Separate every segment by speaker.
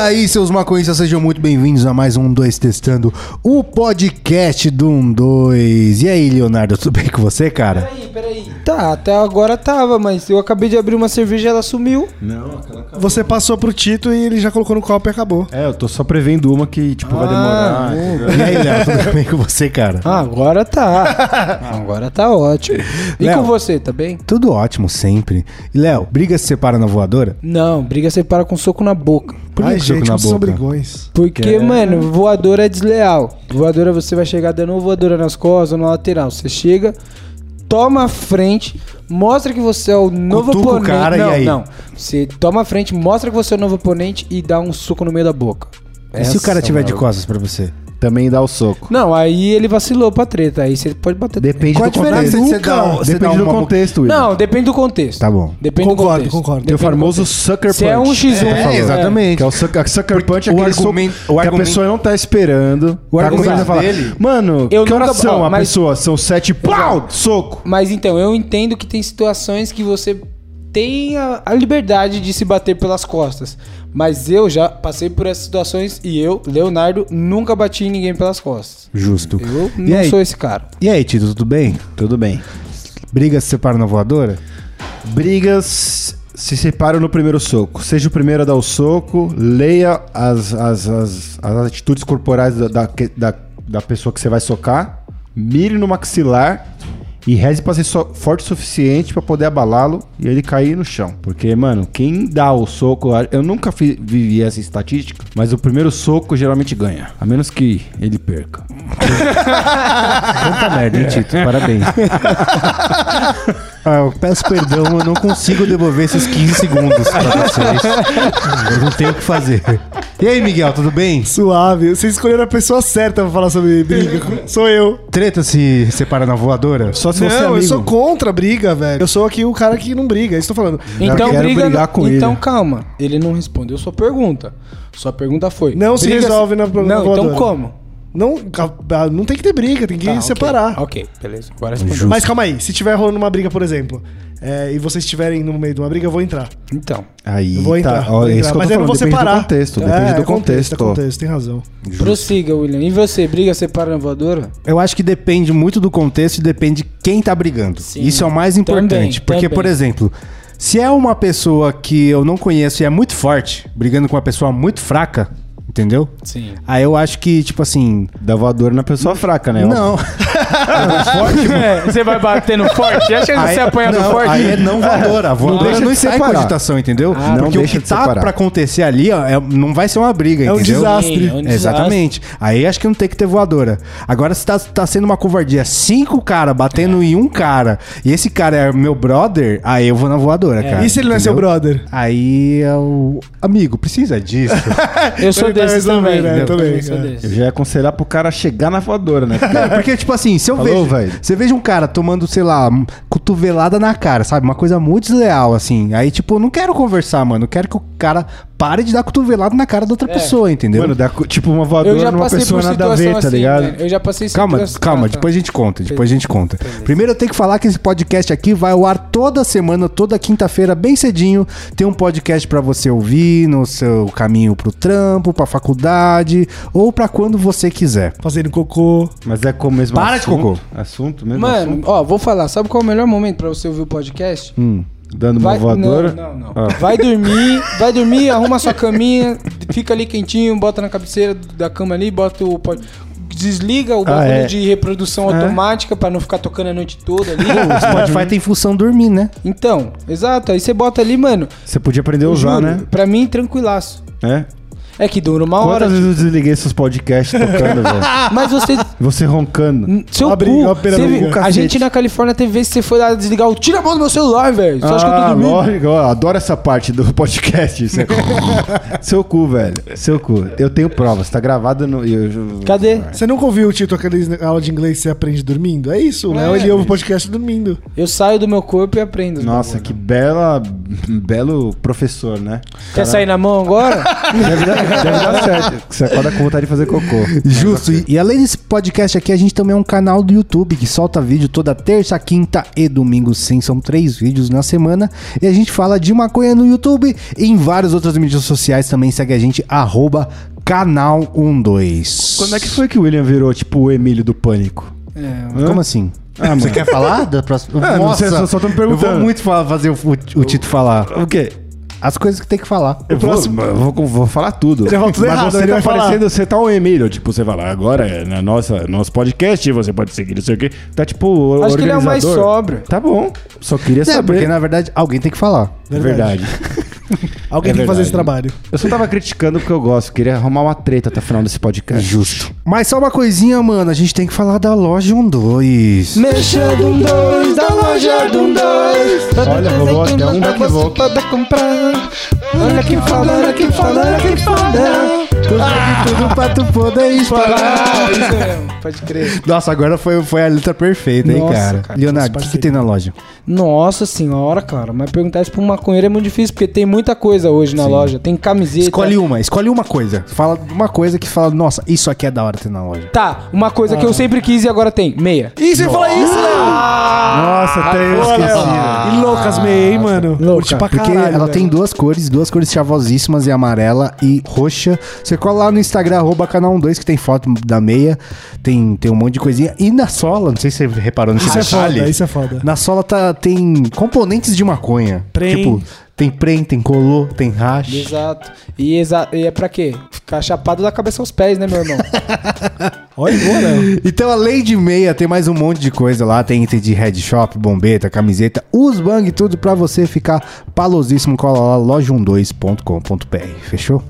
Speaker 1: aí, seus maconhistas, sejam muito bem-vindos a mais um 2 Testando, o podcast do 1 2. E aí, Leonardo, tudo bem com você, cara?
Speaker 2: Peraí, peraí. Tá, até agora tava, mas eu acabei de abrir uma cerveja e ela sumiu.
Speaker 1: Hum.
Speaker 3: Você passou pro Tito e ele já colocou no copo e acabou. Ah,
Speaker 4: É, eu tô só prevendo uma que, tipo, vai demorar. entendeu?
Speaker 1: E aí, Léo, tudo bem com você, cara?
Speaker 2: Ah, agora tá. agora tá ótimo. E
Speaker 1: Léo.
Speaker 2: com você, tá bem?
Speaker 1: Tudo ótimo sempre. E, Léo, briga se separa na voadora?
Speaker 2: Não, briga separa com um soco na boca.
Speaker 3: Por
Speaker 1: Ai,
Speaker 3: Ai,
Speaker 1: soco
Speaker 3: gente,
Speaker 1: na
Speaker 3: vocês são
Speaker 1: boca.
Speaker 3: brigões.
Speaker 2: Porque,
Speaker 1: É.
Speaker 2: mano, voadora é desleal. Voadora você vai chegar dando uma voadora nas costas ou na lateral. Você chega, toma a frente, mostra que você é o novo
Speaker 1: Cutuca o
Speaker 2: oponente.
Speaker 1: cara e
Speaker 2: não,
Speaker 1: aí?
Speaker 2: não. Você toma a frente, mostra que você é o novo oponente e dá um soco no meio da boca.
Speaker 1: E se o cara
Speaker 2: Essa, é
Speaker 4: é
Speaker 1: tiver de
Speaker 2: mano.
Speaker 1: costas pra você?
Speaker 4: Também dá o soco.
Speaker 2: Não, aí ele vacilou pra treta. Aí você pode bater.
Speaker 1: Depende
Speaker 3: Qual a
Speaker 1: do contexto.
Speaker 3: diferença?
Speaker 1: Você dá- você dá
Speaker 4: Depende do
Speaker 1: uma boca-
Speaker 4: contexto, Will.
Speaker 2: Não, depende do contexto.
Speaker 1: Tá bom.
Speaker 2: Depende do
Speaker 3: Concordo,
Speaker 2: contexto.
Speaker 3: concordo.
Speaker 4: Tem o
Speaker 2: Depende do
Speaker 4: famoso sucker punch.
Speaker 2: Se é um x1,
Speaker 1: É,
Speaker 2: é,
Speaker 1: exatamente.
Speaker 4: Que é o sucker, a sucker punch é
Speaker 1: O
Speaker 4: aquele
Speaker 1: argumento-
Speaker 4: soco
Speaker 1: o
Speaker 4: que
Speaker 1: argumento-
Speaker 4: a pessoa não tá esperando.
Speaker 1: O
Speaker 4: tá
Speaker 1: argumento
Speaker 4: começando a falar,
Speaker 1: dele-
Speaker 4: Mano,
Speaker 2: Eu
Speaker 4: que
Speaker 2: nunca-
Speaker 4: horas são
Speaker 2: ó,
Speaker 4: a
Speaker 2: mas-
Speaker 4: pessoa? São sete... Pau! Soco!
Speaker 2: Mas então, eu entendo que tem situações que você tem a, a liberdade de se bater pelas costas. Mas eu já passei por essas situações e eu, Leonardo, nunca bati em ninguém pelas costas.
Speaker 1: Justo.
Speaker 2: Eu
Speaker 1: E
Speaker 2: não
Speaker 1: aí?
Speaker 2: sou esse cara.
Speaker 1: E aí, Tito, tudo bem?
Speaker 4: Tudo bem.
Speaker 1: Briga se separa na voadora?
Speaker 4: Brigas se separam no primeiro soco. Seja o primeiro a dar o soco, leia as, as, as, as atitudes corporais da, da, que- da, da pessoa que você vai socar, mire no maxilar e reze pra ser so- forte o suficiente pra poder abalá-lo e ele cair no chão. Porque, mano, quem dá o soco, eu nunca fi- vivi essa estatística, mas o primeiro soco geralmente ganha, a menos que ele perca.
Speaker 1: Puta merda, hein, Tito? Parabéns. Ah, eu peço perdão, eu não consigo devolver esses 15 segundos pra vocês. Eu não tenho o que fazer. E aí, Miguel, tudo bem?
Speaker 3: Suave. Vocês escolheram a pessoa certa pra falar sobre briga. sou eu.
Speaker 1: Treta se separa na voadora?
Speaker 4: Só se
Speaker 3: não,
Speaker 4: você é amigo.
Speaker 3: eu sou contra a briga, velho. Eu sou aqui o cara que não briga. Estou falando.
Speaker 2: Então,
Speaker 4: quero
Speaker 2: briga,
Speaker 4: brigar com
Speaker 2: então
Speaker 4: ele.
Speaker 2: calma. Ele não respondeu sua pergunta. Sua pergunta foi.
Speaker 3: Não se
Speaker 2: briga
Speaker 3: resolve na- na
Speaker 2: Não, então
Speaker 3: voadora.
Speaker 2: como?
Speaker 3: Não, a- a- não tem que ter briga, tem que
Speaker 2: Tá, ok.
Speaker 3: separar.
Speaker 2: Ok, beleza. Agora respondeu.
Speaker 3: Mas calma aí, se tiver rolando uma briga, por exemplo, é, e vocês estiverem no meio de uma briga, eu vou entrar.
Speaker 2: Então.
Speaker 4: Aí,
Speaker 3: Eu vou entrar.
Speaker 4: tá.
Speaker 3: vou
Speaker 4: Ó, é isso
Speaker 3: entrar.
Speaker 4: que eu
Speaker 3: Mas
Speaker 4: tô
Speaker 3: eu não vou
Speaker 4: falando, depende
Speaker 3: separar.
Speaker 4: do contexto,
Speaker 3: É,
Speaker 4: depende do
Speaker 3: é contexto,
Speaker 4: contexto,
Speaker 3: é contexto, tem razão.
Speaker 2: Prossiga, William. E você, briga separa na voadora?
Speaker 1: Eu acho que depende muito do contexto e depende quem tá brigando.
Speaker 2: Sim.
Speaker 1: Isso é o mais
Speaker 2: Também,
Speaker 1: importante. porque,
Speaker 2: também.
Speaker 1: por exemplo, se é uma pessoa que eu não conheço e é muito forte, brigando com uma pessoa muito fraca, entendeu?
Speaker 2: Sim.
Speaker 1: Aí eu acho que, tipo assim.
Speaker 4: Dá voadora na pessoa fraca, né?
Speaker 1: Não.
Speaker 2: É, você vai batendo forte? Acha que você apanha do
Speaker 1: não,
Speaker 2: forte?
Speaker 1: Aí é não voadora. A voadora
Speaker 4: deixa
Speaker 1: não
Speaker 4: de
Speaker 1: sai
Speaker 4: separar.
Speaker 1: cogitação, entendeu?
Speaker 4: Ah, não
Speaker 1: Porque o
Speaker 4: deixa
Speaker 1: que
Speaker 4: de
Speaker 1: tá
Speaker 4: separar.
Speaker 1: pra acontecer ali ó, é- não vai ser uma briga,
Speaker 3: É um
Speaker 1: entendeu?
Speaker 3: desastre.
Speaker 2: Sim, é um desastre.
Speaker 1: Exatamente. Aí acho que não tem que ter voadora. Agora, se tá, tá sendo uma covardia, cinco caras
Speaker 2: É.
Speaker 1: batendo em um cara, e esse cara é meu brother, aí eu vou na voadora, cara.
Speaker 3: e se ele não é seu
Speaker 1: entendeu?
Speaker 3: brother?
Speaker 1: Aí é o. Amigo, precisa disso.
Speaker 2: Eu sou
Speaker 3: Ele vai
Speaker 2: desse
Speaker 3: resolver,
Speaker 2: também.
Speaker 3: né?
Speaker 2: Eu
Speaker 3: Também,
Speaker 2: também sou
Speaker 3: é.
Speaker 2: desse.
Speaker 4: Eu já ia aconselhar pro cara chegar na voadora, né?
Speaker 1: Cara, porque, tipo assim, se eu
Speaker 4: Falou,
Speaker 1: vejo.
Speaker 4: velho.
Speaker 1: Você veja um cara tomando, sei lá, um- cotovelada na cara, sabe? Uma coisa muito desleal, assim. Aí, tipo, eu não quero conversar, mano. Eu quero que o cara pare de dar cotovelada na cara da outra pessoa, entendeu?
Speaker 4: Mano, dá co- tipo uma
Speaker 2: Eu já
Speaker 4: voadora numa
Speaker 2: passei
Speaker 4: pessoa
Speaker 2: por
Speaker 4: nada a
Speaker 2: situação
Speaker 4: ver,
Speaker 2: assim,
Speaker 4: tá ligado?
Speaker 2: velho. Eu já passei
Speaker 1: Calma,
Speaker 2: situação-
Speaker 1: calma,
Speaker 2: Ah, tá.
Speaker 1: depois a gente conta, depois a gente conta.
Speaker 2: Beleza.
Speaker 1: Primeiro eu tenho que falar que esse podcast aqui vai ao ar toda semana, toda quinta-feira, bem cedinho. Tem um podcast pra você ouvir no seu caminho pro trampo, pra faculdade ou pra quando você quiser.
Speaker 3: Fazendo cocô.
Speaker 4: Mas é como mesmo
Speaker 1: Para de
Speaker 4: assunto.
Speaker 1: cocô.
Speaker 4: Assunto mesmo
Speaker 2: tá. Mano,
Speaker 4: assunto?
Speaker 2: ó, vou falar. Sabe qual é o melhor momento pra você ouvir o podcast?
Speaker 4: Hum, dando uma voadora.
Speaker 2: Não, não, não.
Speaker 4: Ah.
Speaker 2: Vai dormir, vai dormir, arruma sua caminha, fica ali quentinho, bota na cabeceira da cama ali, bota o pod- Desliga o bagulho
Speaker 4: é.
Speaker 2: de reprodução automática pra não ficar tocando a noite toda ali.
Speaker 1: O Spotify tem função dormir, né?
Speaker 2: então, exato. Aí você bota ali, mano.
Speaker 4: Você podia aprender a
Speaker 2: Eu
Speaker 4: usar,
Speaker 2: juro,
Speaker 4: né?
Speaker 2: pra mim, tranquilaço.
Speaker 4: É.
Speaker 2: É que dura uma hora.
Speaker 4: Quantas vezes eu desliguei seus podcasts tocando, velho?
Speaker 2: Mas você.
Speaker 4: Você roncando.
Speaker 2: N- Seu
Speaker 3: Ó a briga,
Speaker 2: cu,
Speaker 3: ó a
Speaker 2: você
Speaker 3: pirâmide,
Speaker 2: viu?
Speaker 3: ó o
Speaker 2: a
Speaker 3: cacete.
Speaker 2: gente na Califórnia teve vezes que você foi lá desligar o tira a mão do meu celular, velho. Você acha que eu tô
Speaker 4: Ah,
Speaker 2: dormindo?
Speaker 4: lógico, ó, adoro essa parte do podcast. isso é- Seu cu, velho. Seu cu. Eu tenho provas, tá gravado no. eu-
Speaker 2: Cadê?
Speaker 3: Você nunca ouviu, Tito, aqueles aula de inglês que você aprende dormindo? É isso, né? Ele ouve o podcast dormindo.
Speaker 2: Eu saio do meu corpo e aprendo.
Speaker 4: Nossa, que bela, belo professor, né?
Speaker 2: Quer sair na mão agora?
Speaker 4: Na verdade, Deve dar certo. Você acorda com vontade de fazer cocô.
Speaker 1: Justo. E, e além desse podcast aqui, a gente também é um canal do YouTube que solta vídeo toda terça, quinta e domingo, sim. São três vídeos na semana. E a gente fala de maconha no YouTube e em várias outras mídias sociais também. Segue a gente, arroba canal12.
Speaker 4: Quando é que foi que o William virou, tipo, o Emílio do Pânico?
Speaker 2: É,
Speaker 4: Hã?
Speaker 1: Como assim?
Speaker 4: Ah,
Speaker 5: Você quer falar da próxima?
Speaker 4: Ah, não sei, só- só tô me perguntando.
Speaker 1: Eu vou muito fa- fazer o, o, o Tito falar.
Speaker 4: O quê?
Speaker 1: As coisas que tem que falar.
Speaker 4: Eu vou, eu vou, vou falar tudo.
Speaker 3: Você falou tudo
Speaker 4: Mas
Speaker 3: errado,
Speaker 4: você
Speaker 3: ele
Speaker 4: tá
Speaker 3: vai falar.
Speaker 4: parecendo, você tá o Emílio. Tipo, você fala, agora é na nossa, nosso podcast, você pode seguir, não sei o quê. Tá tipo, o
Speaker 2: Acho que ele é o mais
Speaker 4: organizador.
Speaker 2: sóbrio.
Speaker 4: Tá bom. Só queria
Speaker 1: É,
Speaker 4: saber.
Speaker 1: porque na verdade alguém tem que falar.
Speaker 4: Verdade.
Speaker 3: Alguém
Speaker 4: É
Speaker 3: tem que
Speaker 4: verdade.
Speaker 3: fazer esse trabalho.
Speaker 4: Eu só tava criticando porque eu gosto. Queria arrumar uma treta até o final desse podcast. Justo.
Speaker 1: Mas só uma coisinha, mano. A gente tem que falar da loja 12.
Speaker 2: Mexa de um dois, da loja de um dois. Toda
Speaker 4: Olha,
Speaker 2: coisa
Speaker 4: rolou
Speaker 2: que
Speaker 4: até um
Speaker 2: manda
Speaker 4: Rock
Speaker 2: você
Speaker 4: Vogue.
Speaker 2: pode comprar. Olha quem fala, olha quem fala, olha quem fala.
Speaker 1: Tudo de tudo pra tu poder
Speaker 2: Ah, isso mesmo, pode crer.
Speaker 1: Nossa, agora foi, foi a letra perfeita, hein,
Speaker 2: Nossa,
Speaker 1: cara?
Speaker 2: cara,
Speaker 1: Leonardo, o que, que tem na loja?
Speaker 2: Nossa senhora, cara, mas perguntar isso pra um maconheiro é muito difícil, porque tem muita coisa hoje na loja. Tem camiseta.
Speaker 1: Escolhe uma, escolhe uma coisa. Fala uma coisa que fala, nossa, isso aqui é da hora ter na loja.
Speaker 2: Tá, uma coisa que eu sempre quis e agora tem. Meia.
Speaker 3: Ih, você fala isso, Léo!
Speaker 1: Ah,
Speaker 4: Nossa, até eu esqueci.
Speaker 3: E loucas meia, hein, mano?
Speaker 2: Louca.
Speaker 3: Curti pra
Speaker 1: Porque
Speaker 3: caralho,
Speaker 1: ela
Speaker 3: velho.
Speaker 1: tem duas cores, duas cores chavosíssimas, e amarela e roxa. Você cola lá no Instagram, arroba canal 12, que tem foto da meia, tem, tem um monte de coisinha. E na sola, não sei se você reparou nesse
Speaker 3: Isso é foda,
Speaker 1: detalhe,
Speaker 3: isso é foda.
Speaker 1: na sola tá, tem componentes de maconha.
Speaker 3: Prem.
Speaker 1: Tipo, tem prem, tem colô, tem racha.
Speaker 2: Exato. E, exa e é pra quê? Ficar chapado da cabeça aos pés, né, meu irmão?
Speaker 3: Olha, boa, né? Léo.
Speaker 1: Então, além de meia, tem mais um monte de coisa lá. Tem item de headshop, bombeta, camiseta, os bang, tudo pra você ficar palosíssimo. Cola lá, loja12.com.br. Fechou?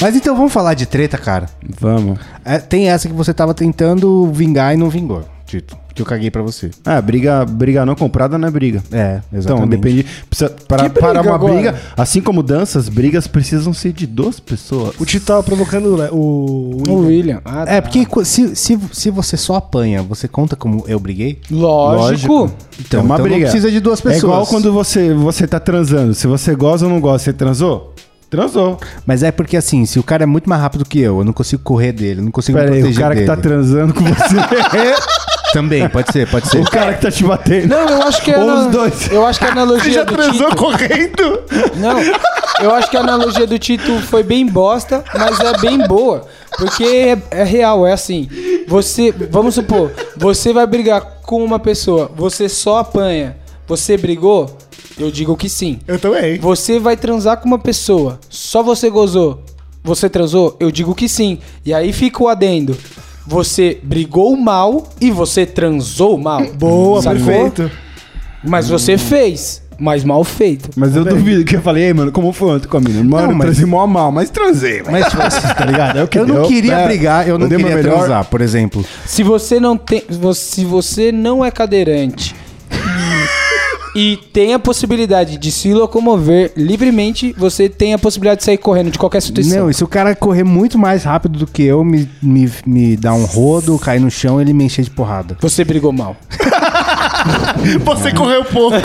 Speaker 1: Mas então vamos falar de treta, cara.
Speaker 4: Vamos.
Speaker 1: É, tem essa que você tava tentando vingar e não vingou, Tito. Que eu caguei pra você.
Speaker 4: Ah, briga, briga não comprada não é briga.
Speaker 1: É,
Speaker 4: Então, depende. Precisa, para,
Speaker 2: briga
Speaker 4: para uma
Speaker 2: agora?
Speaker 4: briga, assim como danças, brigas precisam ser de duas pessoas.
Speaker 3: O Tito tava provocando o Léo. O...
Speaker 2: o William. Ah,
Speaker 1: É,
Speaker 2: tá.
Speaker 1: porque co- se, se, se você só apanha, você conta como eu briguei?
Speaker 2: Lógico.
Speaker 1: Então, então não precisa de duas
Speaker 4: É igual
Speaker 1: pessoas.
Speaker 4: quando você, você tá transando. Se você gosta ou não gosta, você transou? Transou.
Speaker 1: Mas é porque assim, se o cara é muito mais rápido que eu, eu não consigo correr dele, eu não consigo me
Speaker 4: Pera aí,
Speaker 1: proteger
Speaker 4: o cara
Speaker 1: um dele.
Speaker 4: que tá transando com você.
Speaker 1: Também, pode ser, pode ser.
Speaker 4: o cara que tá te batendo.
Speaker 2: Não, eu acho que é.
Speaker 4: Ou os
Speaker 2: ana-
Speaker 4: dois.
Speaker 2: Eu acho que a analogia
Speaker 4: Você já
Speaker 2: do
Speaker 4: transou
Speaker 2: Tito.
Speaker 4: correndo?
Speaker 2: Não. Eu acho que a analogia do Tito foi bem bosta, mas é bem boa. Porque é, é real, é assim. Você. Vamos supor, você vai brigar com uma pessoa, você só apanha. Você brigou? Eu digo que sim.
Speaker 3: Eu também.
Speaker 2: Você vai transar com uma pessoa, só você gozou. Você transou? Eu digo que sim. E aí fica o adendo. Você brigou mal e você transou mal.
Speaker 3: Boa,
Speaker 2: Sacou?
Speaker 3: perfeito.
Speaker 2: Mas
Speaker 3: Hum.
Speaker 2: você fez, mas mal feito.
Speaker 4: Mas eu duvido que eu falei, ei, mano, como foi ontem com a mina? Mano,
Speaker 1: Não, mas-
Speaker 4: transei mó mal, mas transei. Mas, tipo assim, tá ligado? É o que
Speaker 1: Eu não
Speaker 4: deu,
Speaker 1: queria
Speaker 4: né?
Speaker 1: brigar, eu não
Speaker 4: dei meu
Speaker 1: queria
Speaker 4: melhor.
Speaker 1: transar, por exemplo.
Speaker 2: Se você não tem, vo- se você não é cadeirante e tem a possibilidade de se locomover livremente, você tem a possibilidade de sair correndo de qualquer situação.
Speaker 1: Não, e se o cara correr muito mais rápido do que eu, me, me, me dar um rodo, cair no chão, ele me encher de porrada.
Speaker 2: Você brigou mal.
Speaker 3: Você correu pouco.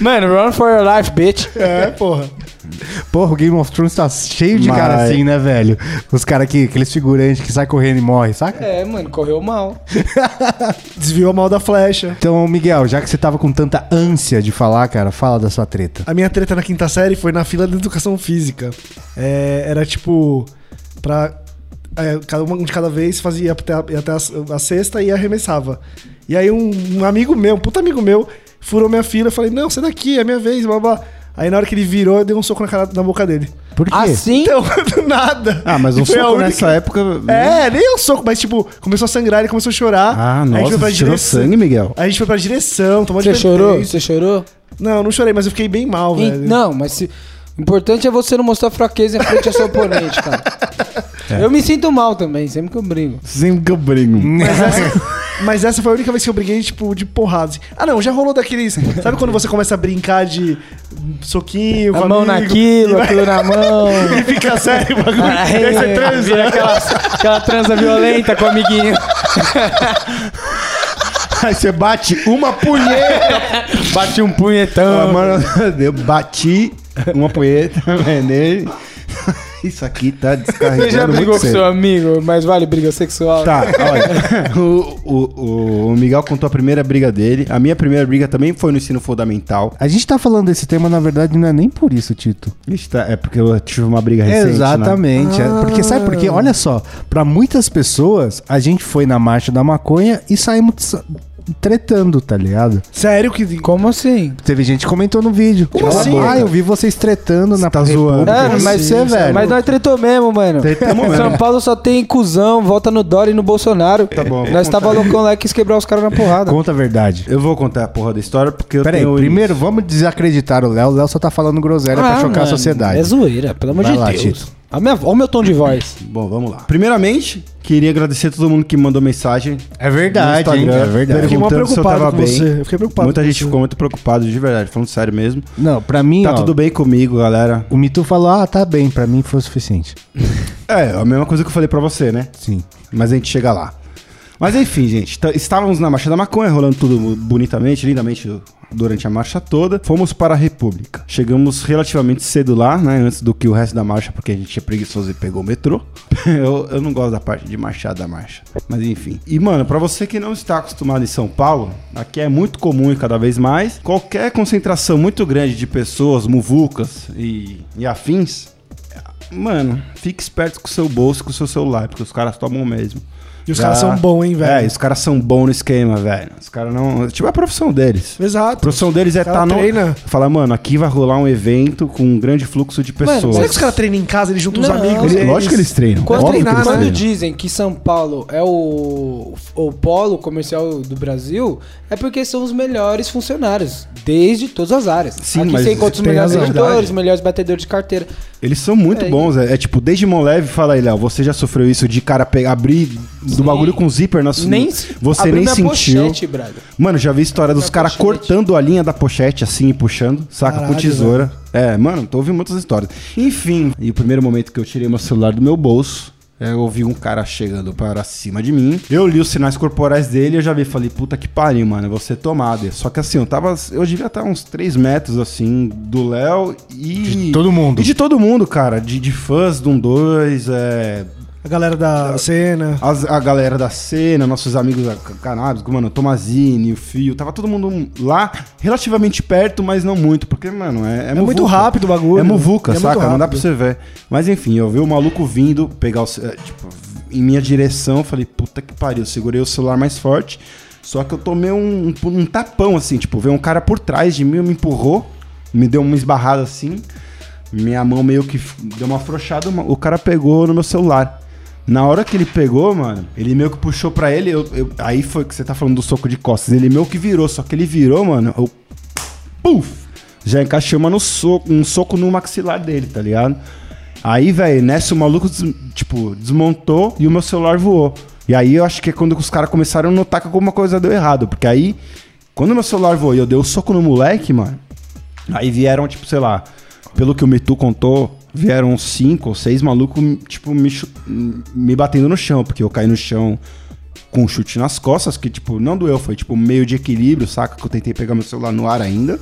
Speaker 2: Mano, run for your life, bitch.
Speaker 3: é, porra.
Speaker 1: Porra, o Game of Thrones tá cheio de cara
Speaker 4: Mas-
Speaker 1: assim, né, velho? Os caras que, aqueles figurantes que sai correndo e morre, saca?
Speaker 2: É, mano, correu mal.
Speaker 3: Desviou a mal da flecha.
Speaker 1: Então, Miguel, já que você tava com tanta ânsia de falar, cara, fala da sua treta.
Speaker 3: A minha treta na quinta série foi na fila da educação física. É, era tipo. Pra. é, cada um de cada vez fazia ia até, a- ia até a, a sexta e arremessava. E aí um, um amigo meu, um puta amigo meu, furou minha fila. Eu falei, não, sai daqui, é minha vez, blá blá. blá." Aí na hora que ele virou, eu dei um soco na, cara, na boca dele.
Speaker 1: Por quê?
Speaker 2: Assim,
Speaker 3: Então, do nada.
Speaker 4: Ah, mas um
Speaker 3: Foi a
Speaker 4: soco
Speaker 3: única-
Speaker 4: nessa época... né?
Speaker 3: É, nem um soco, mas tipo, começou a sangrar, ele começou a chorar.
Speaker 4: Ah,
Speaker 3: Aí a gente
Speaker 4: nossa,
Speaker 3: foi pra
Speaker 4: você tirou
Speaker 3: direção-
Speaker 4: sangue, Miguel?
Speaker 3: Aí A gente foi pra direção, tomou
Speaker 2: você chorou?
Speaker 3: advertência.
Speaker 2: Você chorou?
Speaker 3: Não, não chorei, mas eu fiquei bem mal,
Speaker 2: Ih,
Speaker 3: velho.
Speaker 2: Não, mas se- o importante é você não mostrar fraqueza em frente ao seu oponente, cara.
Speaker 3: É.
Speaker 2: Eu me sinto mal também, sempre que eu brigo.
Speaker 4: Sempre que eu brigo.
Speaker 3: Mas essa, mas essa foi a única vez que eu briguei, tipo, de porrada. assim. Ah, não, já rolou daqueles. Sabe quando você começa a brincar de soquinho, com
Speaker 2: A mão
Speaker 3: amigo,
Speaker 2: naquilo, aquilo na mão.
Speaker 3: E fica sério o bagulho.
Speaker 2: Ah,
Speaker 3: e aí você
Speaker 2: é,
Speaker 3: transa.
Speaker 2: vira aquela, aquela transa violenta com o amiguinho.
Speaker 4: Aí você bate uma punheta.
Speaker 2: Bate um
Speaker 4: Ah,
Speaker 2: punhetão.
Speaker 4: mano, eu bati uma punheta velho, nele. Isso aqui tá descarregando
Speaker 2: Você já brigou
Speaker 4: muito
Speaker 2: com
Speaker 4: cedo.
Speaker 2: seu amigo, mas vale briga sexual.
Speaker 1: Ah,
Speaker 4: Tá, olha. o, o, o Miguel contou a primeira briga dele. A minha primeira briga também foi no ensino fundamental.
Speaker 1: A gente tá falando desse tema, na verdade, não é nem por isso, Tito.
Speaker 4: Ixi, tá, é porque eu tive uma briga recente. né?
Speaker 1: Exatamente. é. Porque sabe por quê? Olha só, pra muitas pessoas, a gente foi na marcha da maconha e saímos tsa- tretando, tá ligado?
Speaker 3: Sério que.
Speaker 2: Como assim?
Speaker 1: Teve gente que comentou no vídeo. Como
Speaker 4: assim?
Speaker 1: Ah, eu vi vocês tretando na
Speaker 4: tá
Speaker 1: República."
Speaker 4: zoando.
Speaker 1: É,
Speaker 2: Mano, Ah, mas
Speaker 1: você, velho.
Speaker 2: Mas nós tretou mesmo, mano.
Speaker 4: Tretamos mesmo.
Speaker 2: São Paulo só tem cuzão, volta no Dória e no Bolsonaro. Tá
Speaker 4: bom, vou
Speaker 2: Nós tava
Speaker 4: contar.
Speaker 2: loucão lá e quis quebrar os caras na porrada.
Speaker 1: Conta a verdade.
Speaker 4: Eu vou contar a porra da história porque eu
Speaker 1: Peraí,
Speaker 4: tenho.
Speaker 1: primeiro vamos desacreditar o Léo. O Léo só tá falando groselha pra
Speaker 2: Ah,
Speaker 1: chocar a
Speaker 2: mano,
Speaker 1: sociedade.
Speaker 2: É zoeira, pelo amor
Speaker 1: Vai
Speaker 2: de
Speaker 1: lá,
Speaker 2: Deus.
Speaker 1: Tito.
Speaker 2: A minha, olha o meu tom de voz.
Speaker 4: Bom, vamos lá. Primeiramente, queria agradecer a todo mundo que mandou mensagem.
Speaker 1: É
Speaker 4: no
Speaker 1: verdade, hein?
Speaker 4: Instagram,
Speaker 1: É verdade.
Speaker 3: Fiquei mó
Speaker 4: Perguntando se eu
Speaker 3: preocupado
Speaker 4: tava
Speaker 3: com
Speaker 4: bem.
Speaker 3: você. Eu fiquei preocupado
Speaker 4: Muita
Speaker 3: com
Speaker 4: gente
Speaker 3: você.
Speaker 4: ficou muito preocupada, de verdade, falando sério mesmo.
Speaker 1: Não, pra mim,
Speaker 4: Tá
Speaker 1: ó,
Speaker 4: tudo bem comigo, galera.
Speaker 1: o Mitu falou, ah, tá bem. Pra mim foi o suficiente.
Speaker 4: É, a mesma coisa que eu falei pra você, né?
Speaker 1: Sim.
Speaker 4: Mas a gente chega lá. Mas enfim, gente, tá- estávamos na Marcha da Maconha, rolando tudo bonitamente, lindamente durante a marcha toda. Fomos para a República. Chegamos relativamente cedo lá, né? Antes do que o resto da marcha, porque a gente é preguiçoso e pegou o metrô. eu, eu não gosto da parte de marchar da marcha. Mas enfim. E, mano, pra você que não está acostumado em São Paulo, aqui é muito comum e cada vez mais. Qualquer concentração muito grande de pessoas, muvucas e- e afins, Mano, fique esperto com o seu bolso, com o seu celular, porque os caras tomam mesmo.
Speaker 3: E os caras são bons, hein, velho?
Speaker 4: É, os caras são bons no esquema, velho. Os caras não. Tipo, é a profissão deles. A
Speaker 3: Exato.
Speaker 4: profissão deles é
Speaker 3: Os cara
Speaker 4: estar no.
Speaker 3: treina.
Speaker 4: Falar, mano, aqui vai rolar um evento com um grande fluxo de pessoas.
Speaker 3: Será que os caras treinam em casa, eles juntam
Speaker 2: Não.
Speaker 3: os amigos? É
Speaker 4: Eles- lógico que eles treinam.
Speaker 2: Quando,
Speaker 4: óbvio que
Speaker 3: treinar,
Speaker 4: eles
Speaker 2: quando
Speaker 3: né?
Speaker 4: treinam.
Speaker 2: dizem que São Paulo é o, o polo comercial do Brasil, é porque são os melhores funcionários, desde todas as áreas.
Speaker 4: Sim,
Speaker 2: Aqui
Speaker 4: mas
Speaker 2: você encontra os
Speaker 4: tem
Speaker 2: melhores
Speaker 4: razão.
Speaker 2: editores, os
Speaker 4: Verdade.
Speaker 2: melhores batedores de carteira.
Speaker 4: Eles são muito
Speaker 2: É,
Speaker 4: bons. É, é tipo, desde mão leve, fala aí, Léo, você já sofreu isso de cara pegar, abrir do bagulho com zíper na sua.
Speaker 2: Nem,
Speaker 4: você
Speaker 2: abriu
Speaker 4: nem
Speaker 2: na
Speaker 4: sentiu.
Speaker 2: pochete, brother.
Speaker 4: Mano, já vi história dos
Speaker 2: Na
Speaker 4: caras
Speaker 2: pochete.
Speaker 4: cortando a linha da pochete assim e puxando, saca? com
Speaker 3: Caralho,
Speaker 4: tesoura. É, mano, tô ouvindo muitas histórias. Enfim, e o primeiro momento que eu tirei meu celular do meu bolso, eu ouvi um cara chegando para cima de mim. Eu li os sinais corporais dele e eu já vi, falei, puta que pariu, mano, eu vou ser tomado. Só que assim, eu tava. Eu devia estar uns 3 metros assim do Léo e.
Speaker 1: De todo mundo.
Speaker 4: E de todo mundo, cara. De, de fãs do 1 2, é,
Speaker 3: A galera da cena.
Speaker 4: as- a galera da cena, nossos amigos da Ca- Cannabis, mano, Tomazini, o Fio, tava todo mundo lá, relativamente perto, mas não muito, porque, mano, é, é,
Speaker 3: É muito
Speaker 4: muvuca.
Speaker 3: rápido o bagulho.
Speaker 4: É muvuca,
Speaker 3: É muito
Speaker 4: saca? Não dá pra
Speaker 3: rápido.
Speaker 4: você ver. Mas enfim, eu vi o maluco vindo, pegar o. ce- é, Tipo, em minha direção, falei, puta que pariu, segurei o celular mais forte. Só que eu tomei um, um, um tapão, assim, tipo, veio um cara por trás de mim, me empurrou, me deu uma esbarrada assim. Minha mão meio que f- deu uma afrouxada, uma- o cara pegou no meu celular. Na hora que ele pegou, mano, ele meio que puxou pra ele, eu- eu- aí foi que você tá falando do soco de costas, ele meio que virou, só que ele virou, mano, eu puf! Já encaixei uma no soco, um soco no maxilar dele, tá ligado? Aí, velho, nessa o maluco, des- tipo, desmontou e o meu celular voou. E aí eu acho que é quando os caras começaram a notar que alguma coisa deu errado. Porque aí, quando meu celular voou e eu dei o soco no moleque, mano, aí vieram, tipo, sei lá, pelo que o Mitu contou, vieram uns cinco ou seis malucos, tipo, me, chu- me batendo no chão, porque eu caí no chão com um chute nas costas, que, tipo, não doeu, foi tipo meio de equilíbrio, saca? Que eu tentei pegar meu celular no ar ainda.